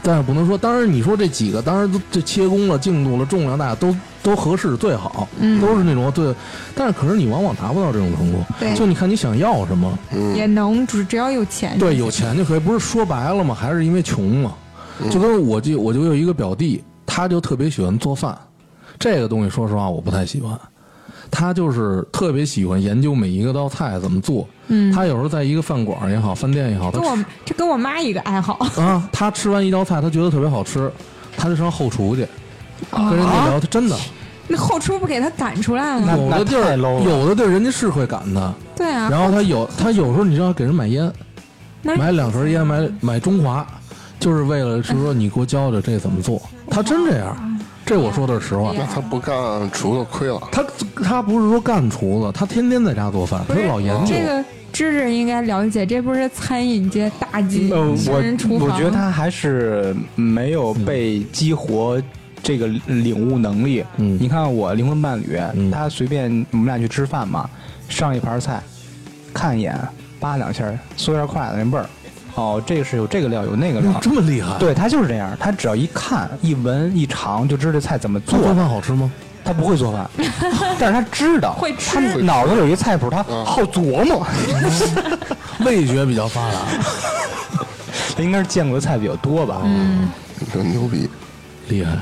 [SPEAKER 1] 但是不能说，当然你说这几个，当然都这切工了、净度了、重量大都都合适最好，
[SPEAKER 5] 嗯
[SPEAKER 1] 都是那种对，但是可是你往往达不到这种程度，
[SPEAKER 5] 对
[SPEAKER 1] 就你看你想要什么，
[SPEAKER 5] 也能，只只要有钱就
[SPEAKER 1] 嗯对，
[SPEAKER 5] 行
[SPEAKER 1] 有钱就可以，不是说白了吗？还是因为穷嘛。
[SPEAKER 3] 嗯
[SPEAKER 1] 就跟我就我就有一个表弟，他就特别喜欢做饭，这个东西说实话我不太喜欢。他就是特别喜欢研究每一个道菜怎么做。
[SPEAKER 5] 嗯
[SPEAKER 1] 他有时候在一个饭馆也好，饭店也好，他
[SPEAKER 5] 跟我这跟我妈一个爱好，
[SPEAKER 1] 吃啊，他吃完一道菜，他觉得特别好吃，他就上后厨去
[SPEAKER 5] 哦
[SPEAKER 1] 跟人家聊。他真的，
[SPEAKER 5] 啊那后厨不给他赶出来
[SPEAKER 3] 那
[SPEAKER 5] 吗？
[SPEAKER 1] 有的地
[SPEAKER 3] 太
[SPEAKER 1] 儿
[SPEAKER 3] low 了
[SPEAKER 1] 有的地儿人家是会赶他，
[SPEAKER 5] 对啊，
[SPEAKER 1] 然后他有他有时候你知道给人买烟，
[SPEAKER 5] 那嗯
[SPEAKER 1] 买两盒烟，买买中华，就是为了是说你给我教教这怎么做。
[SPEAKER 5] 嗯
[SPEAKER 1] 他真这样，这我说的是实话。
[SPEAKER 2] 那他不干厨子亏了。
[SPEAKER 1] 他他不是说干厨子，他天天在家做饭，
[SPEAKER 5] 不
[SPEAKER 1] 他
[SPEAKER 5] 是
[SPEAKER 1] 老研究。
[SPEAKER 5] 这个知识应该了解，这不是餐饮界大
[SPEAKER 1] 嗯
[SPEAKER 5] 忌，
[SPEAKER 3] 呃，
[SPEAKER 5] 成嗯人厨
[SPEAKER 3] 我
[SPEAKER 5] 房。
[SPEAKER 3] 我觉得他还是没有被激活这个领悟能力。
[SPEAKER 1] 嗯
[SPEAKER 3] 你看我灵魂伴侣，
[SPEAKER 1] 嗯
[SPEAKER 3] 他随便我们俩去吃饭嘛，上一盘菜，看一眼，扒两下，嗦一下筷子那味儿，哦，这个是有这个料，有那个
[SPEAKER 1] 哟
[SPEAKER 3] 料。
[SPEAKER 1] 这么厉害？，
[SPEAKER 3] 对他就是这样，他只要一看、一闻、一尝就知道这菜怎么
[SPEAKER 1] 他
[SPEAKER 3] 做
[SPEAKER 1] 做。饭好吃 吗？
[SPEAKER 3] 他不会做饭，但是他知道，
[SPEAKER 5] 会吃
[SPEAKER 3] 他脑子里有一菜谱，他好琢磨。
[SPEAKER 1] 味觉比较发达，
[SPEAKER 3] 他 应该是见过的菜比较多吧？嗯，
[SPEAKER 2] 这牛逼。
[SPEAKER 1] 厉害，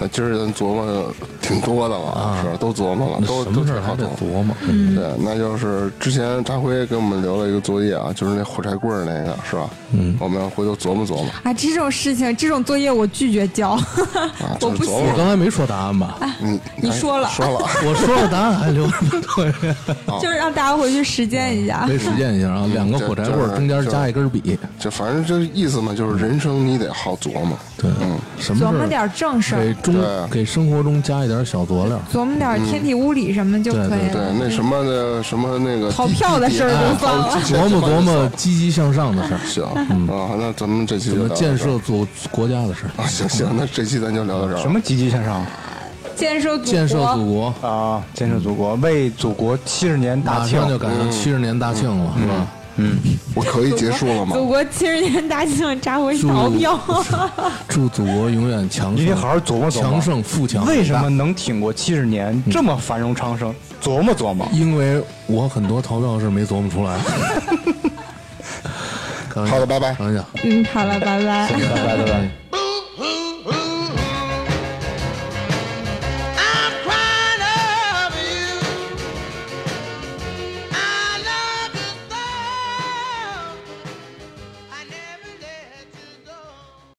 [SPEAKER 2] 那今儿咱琢磨挺多的了，是吧？都琢磨了，都
[SPEAKER 1] 啊什么
[SPEAKER 2] 都
[SPEAKER 1] 事
[SPEAKER 2] 挺
[SPEAKER 1] 儿
[SPEAKER 2] 好
[SPEAKER 1] 还得
[SPEAKER 2] 琢
[SPEAKER 1] 琢
[SPEAKER 2] 磨。
[SPEAKER 1] 磨。嗯
[SPEAKER 2] 对，那就是之前扎辉给我们留了一个作业啊，就是那火柴棍儿那个，是吧？嗯，我们回头琢磨琢磨
[SPEAKER 5] 啊，这种事情，这种作业我拒绝交，
[SPEAKER 2] 啊，
[SPEAKER 5] 我
[SPEAKER 2] 就是
[SPEAKER 5] 不
[SPEAKER 2] 琢
[SPEAKER 5] 行
[SPEAKER 1] 我
[SPEAKER 2] 磨。
[SPEAKER 1] 刚才没说答案 吧？
[SPEAKER 2] 你哎
[SPEAKER 5] 你说了
[SPEAKER 2] 说了，
[SPEAKER 1] 我说了答案还留 着
[SPEAKER 5] 就是让大家回去实践一下
[SPEAKER 1] 可。以实践一下啊！两个火柴棍儿中间加一根笔，
[SPEAKER 2] 就反正这意思嘛，就是人生你得好琢磨。
[SPEAKER 1] 对，什
[SPEAKER 5] 琢
[SPEAKER 1] 么
[SPEAKER 5] 磨
[SPEAKER 1] 事儿
[SPEAKER 5] 点正事
[SPEAKER 1] 给
[SPEAKER 5] 儿，
[SPEAKER 2] 对
[SPEAKER 1] 中给生活中加一点小佐 料。
[SPEAKER 5] 琢磨点天体物理什么就
[SPEAKER 1] 对
[SPEAKER 5] 可以
[SPEAKER 1] 嗯对
[SPEAKER 2] 对
[SPEAKER 5] 了。，
[SPEAKER 2] 那什么的什么那个啊
[SPEAKER 5] 逃票的事儿就算了
[SPEAKER 1] 琢 磨琢磨积极向上的事 儿，
[SPEAKER 2] 行啊，那咱们这期
[SPEAKER 1] 怎
[SPEAKER 2] 就
[SPEAKER 1] 么
[SPEAKER 2] 聊到
[SPEAKER 1] 建
[SPEAKER 2] 这
[SPEAKER 1] 设祖国家的事 儿，
[SPEAKER 2] 儿啊，行行，那这期咱就聊到这儿
[SPEAKER 3] 什
[SPEAKER 2] 了。
[SPEAKER 3] 么积极向上
[SPEAKER 5] 建设祖国，
[SPEAKER 1] 建设祖国，
[SPEAKER 3] 啊？建设祖国，为祖国七十年大
[SPEAKER 1] 马
[SPEAKER 3] 庆嗯
[SPEAKER 1] 上就赶上七十年大庆了，是吧？
[SPEAKER 2] 我可以结束了吗？
[SPEAKER 5] 祖国七十年大庆，扎回逃 票。
[SPEAKER 1] 祝祖国永远强
[SPEAKER 3] 你
[SPEAKER 1] 盛，
[SPEAKER 3] 得好好琢磨琢
[SPEAKER 1] 强
[SPEAKER 3] 磨。
[SPEAKER 1] 盛富强。
[SPEAKER 3] 为什么？能挺过七十年，这么繁荣昌盛？琢磨琢磨。
[SPEAKER 1] 因为我很多投票是没琢磨出 来。开玩笑
[SPEAKER 2] 好的拜拜
[SPEAKER 1] 开玩笑，
[SPEAKER 5] 嗯，好了，拜拜。
[SPEAKER 1] 啊拜拜拜拜。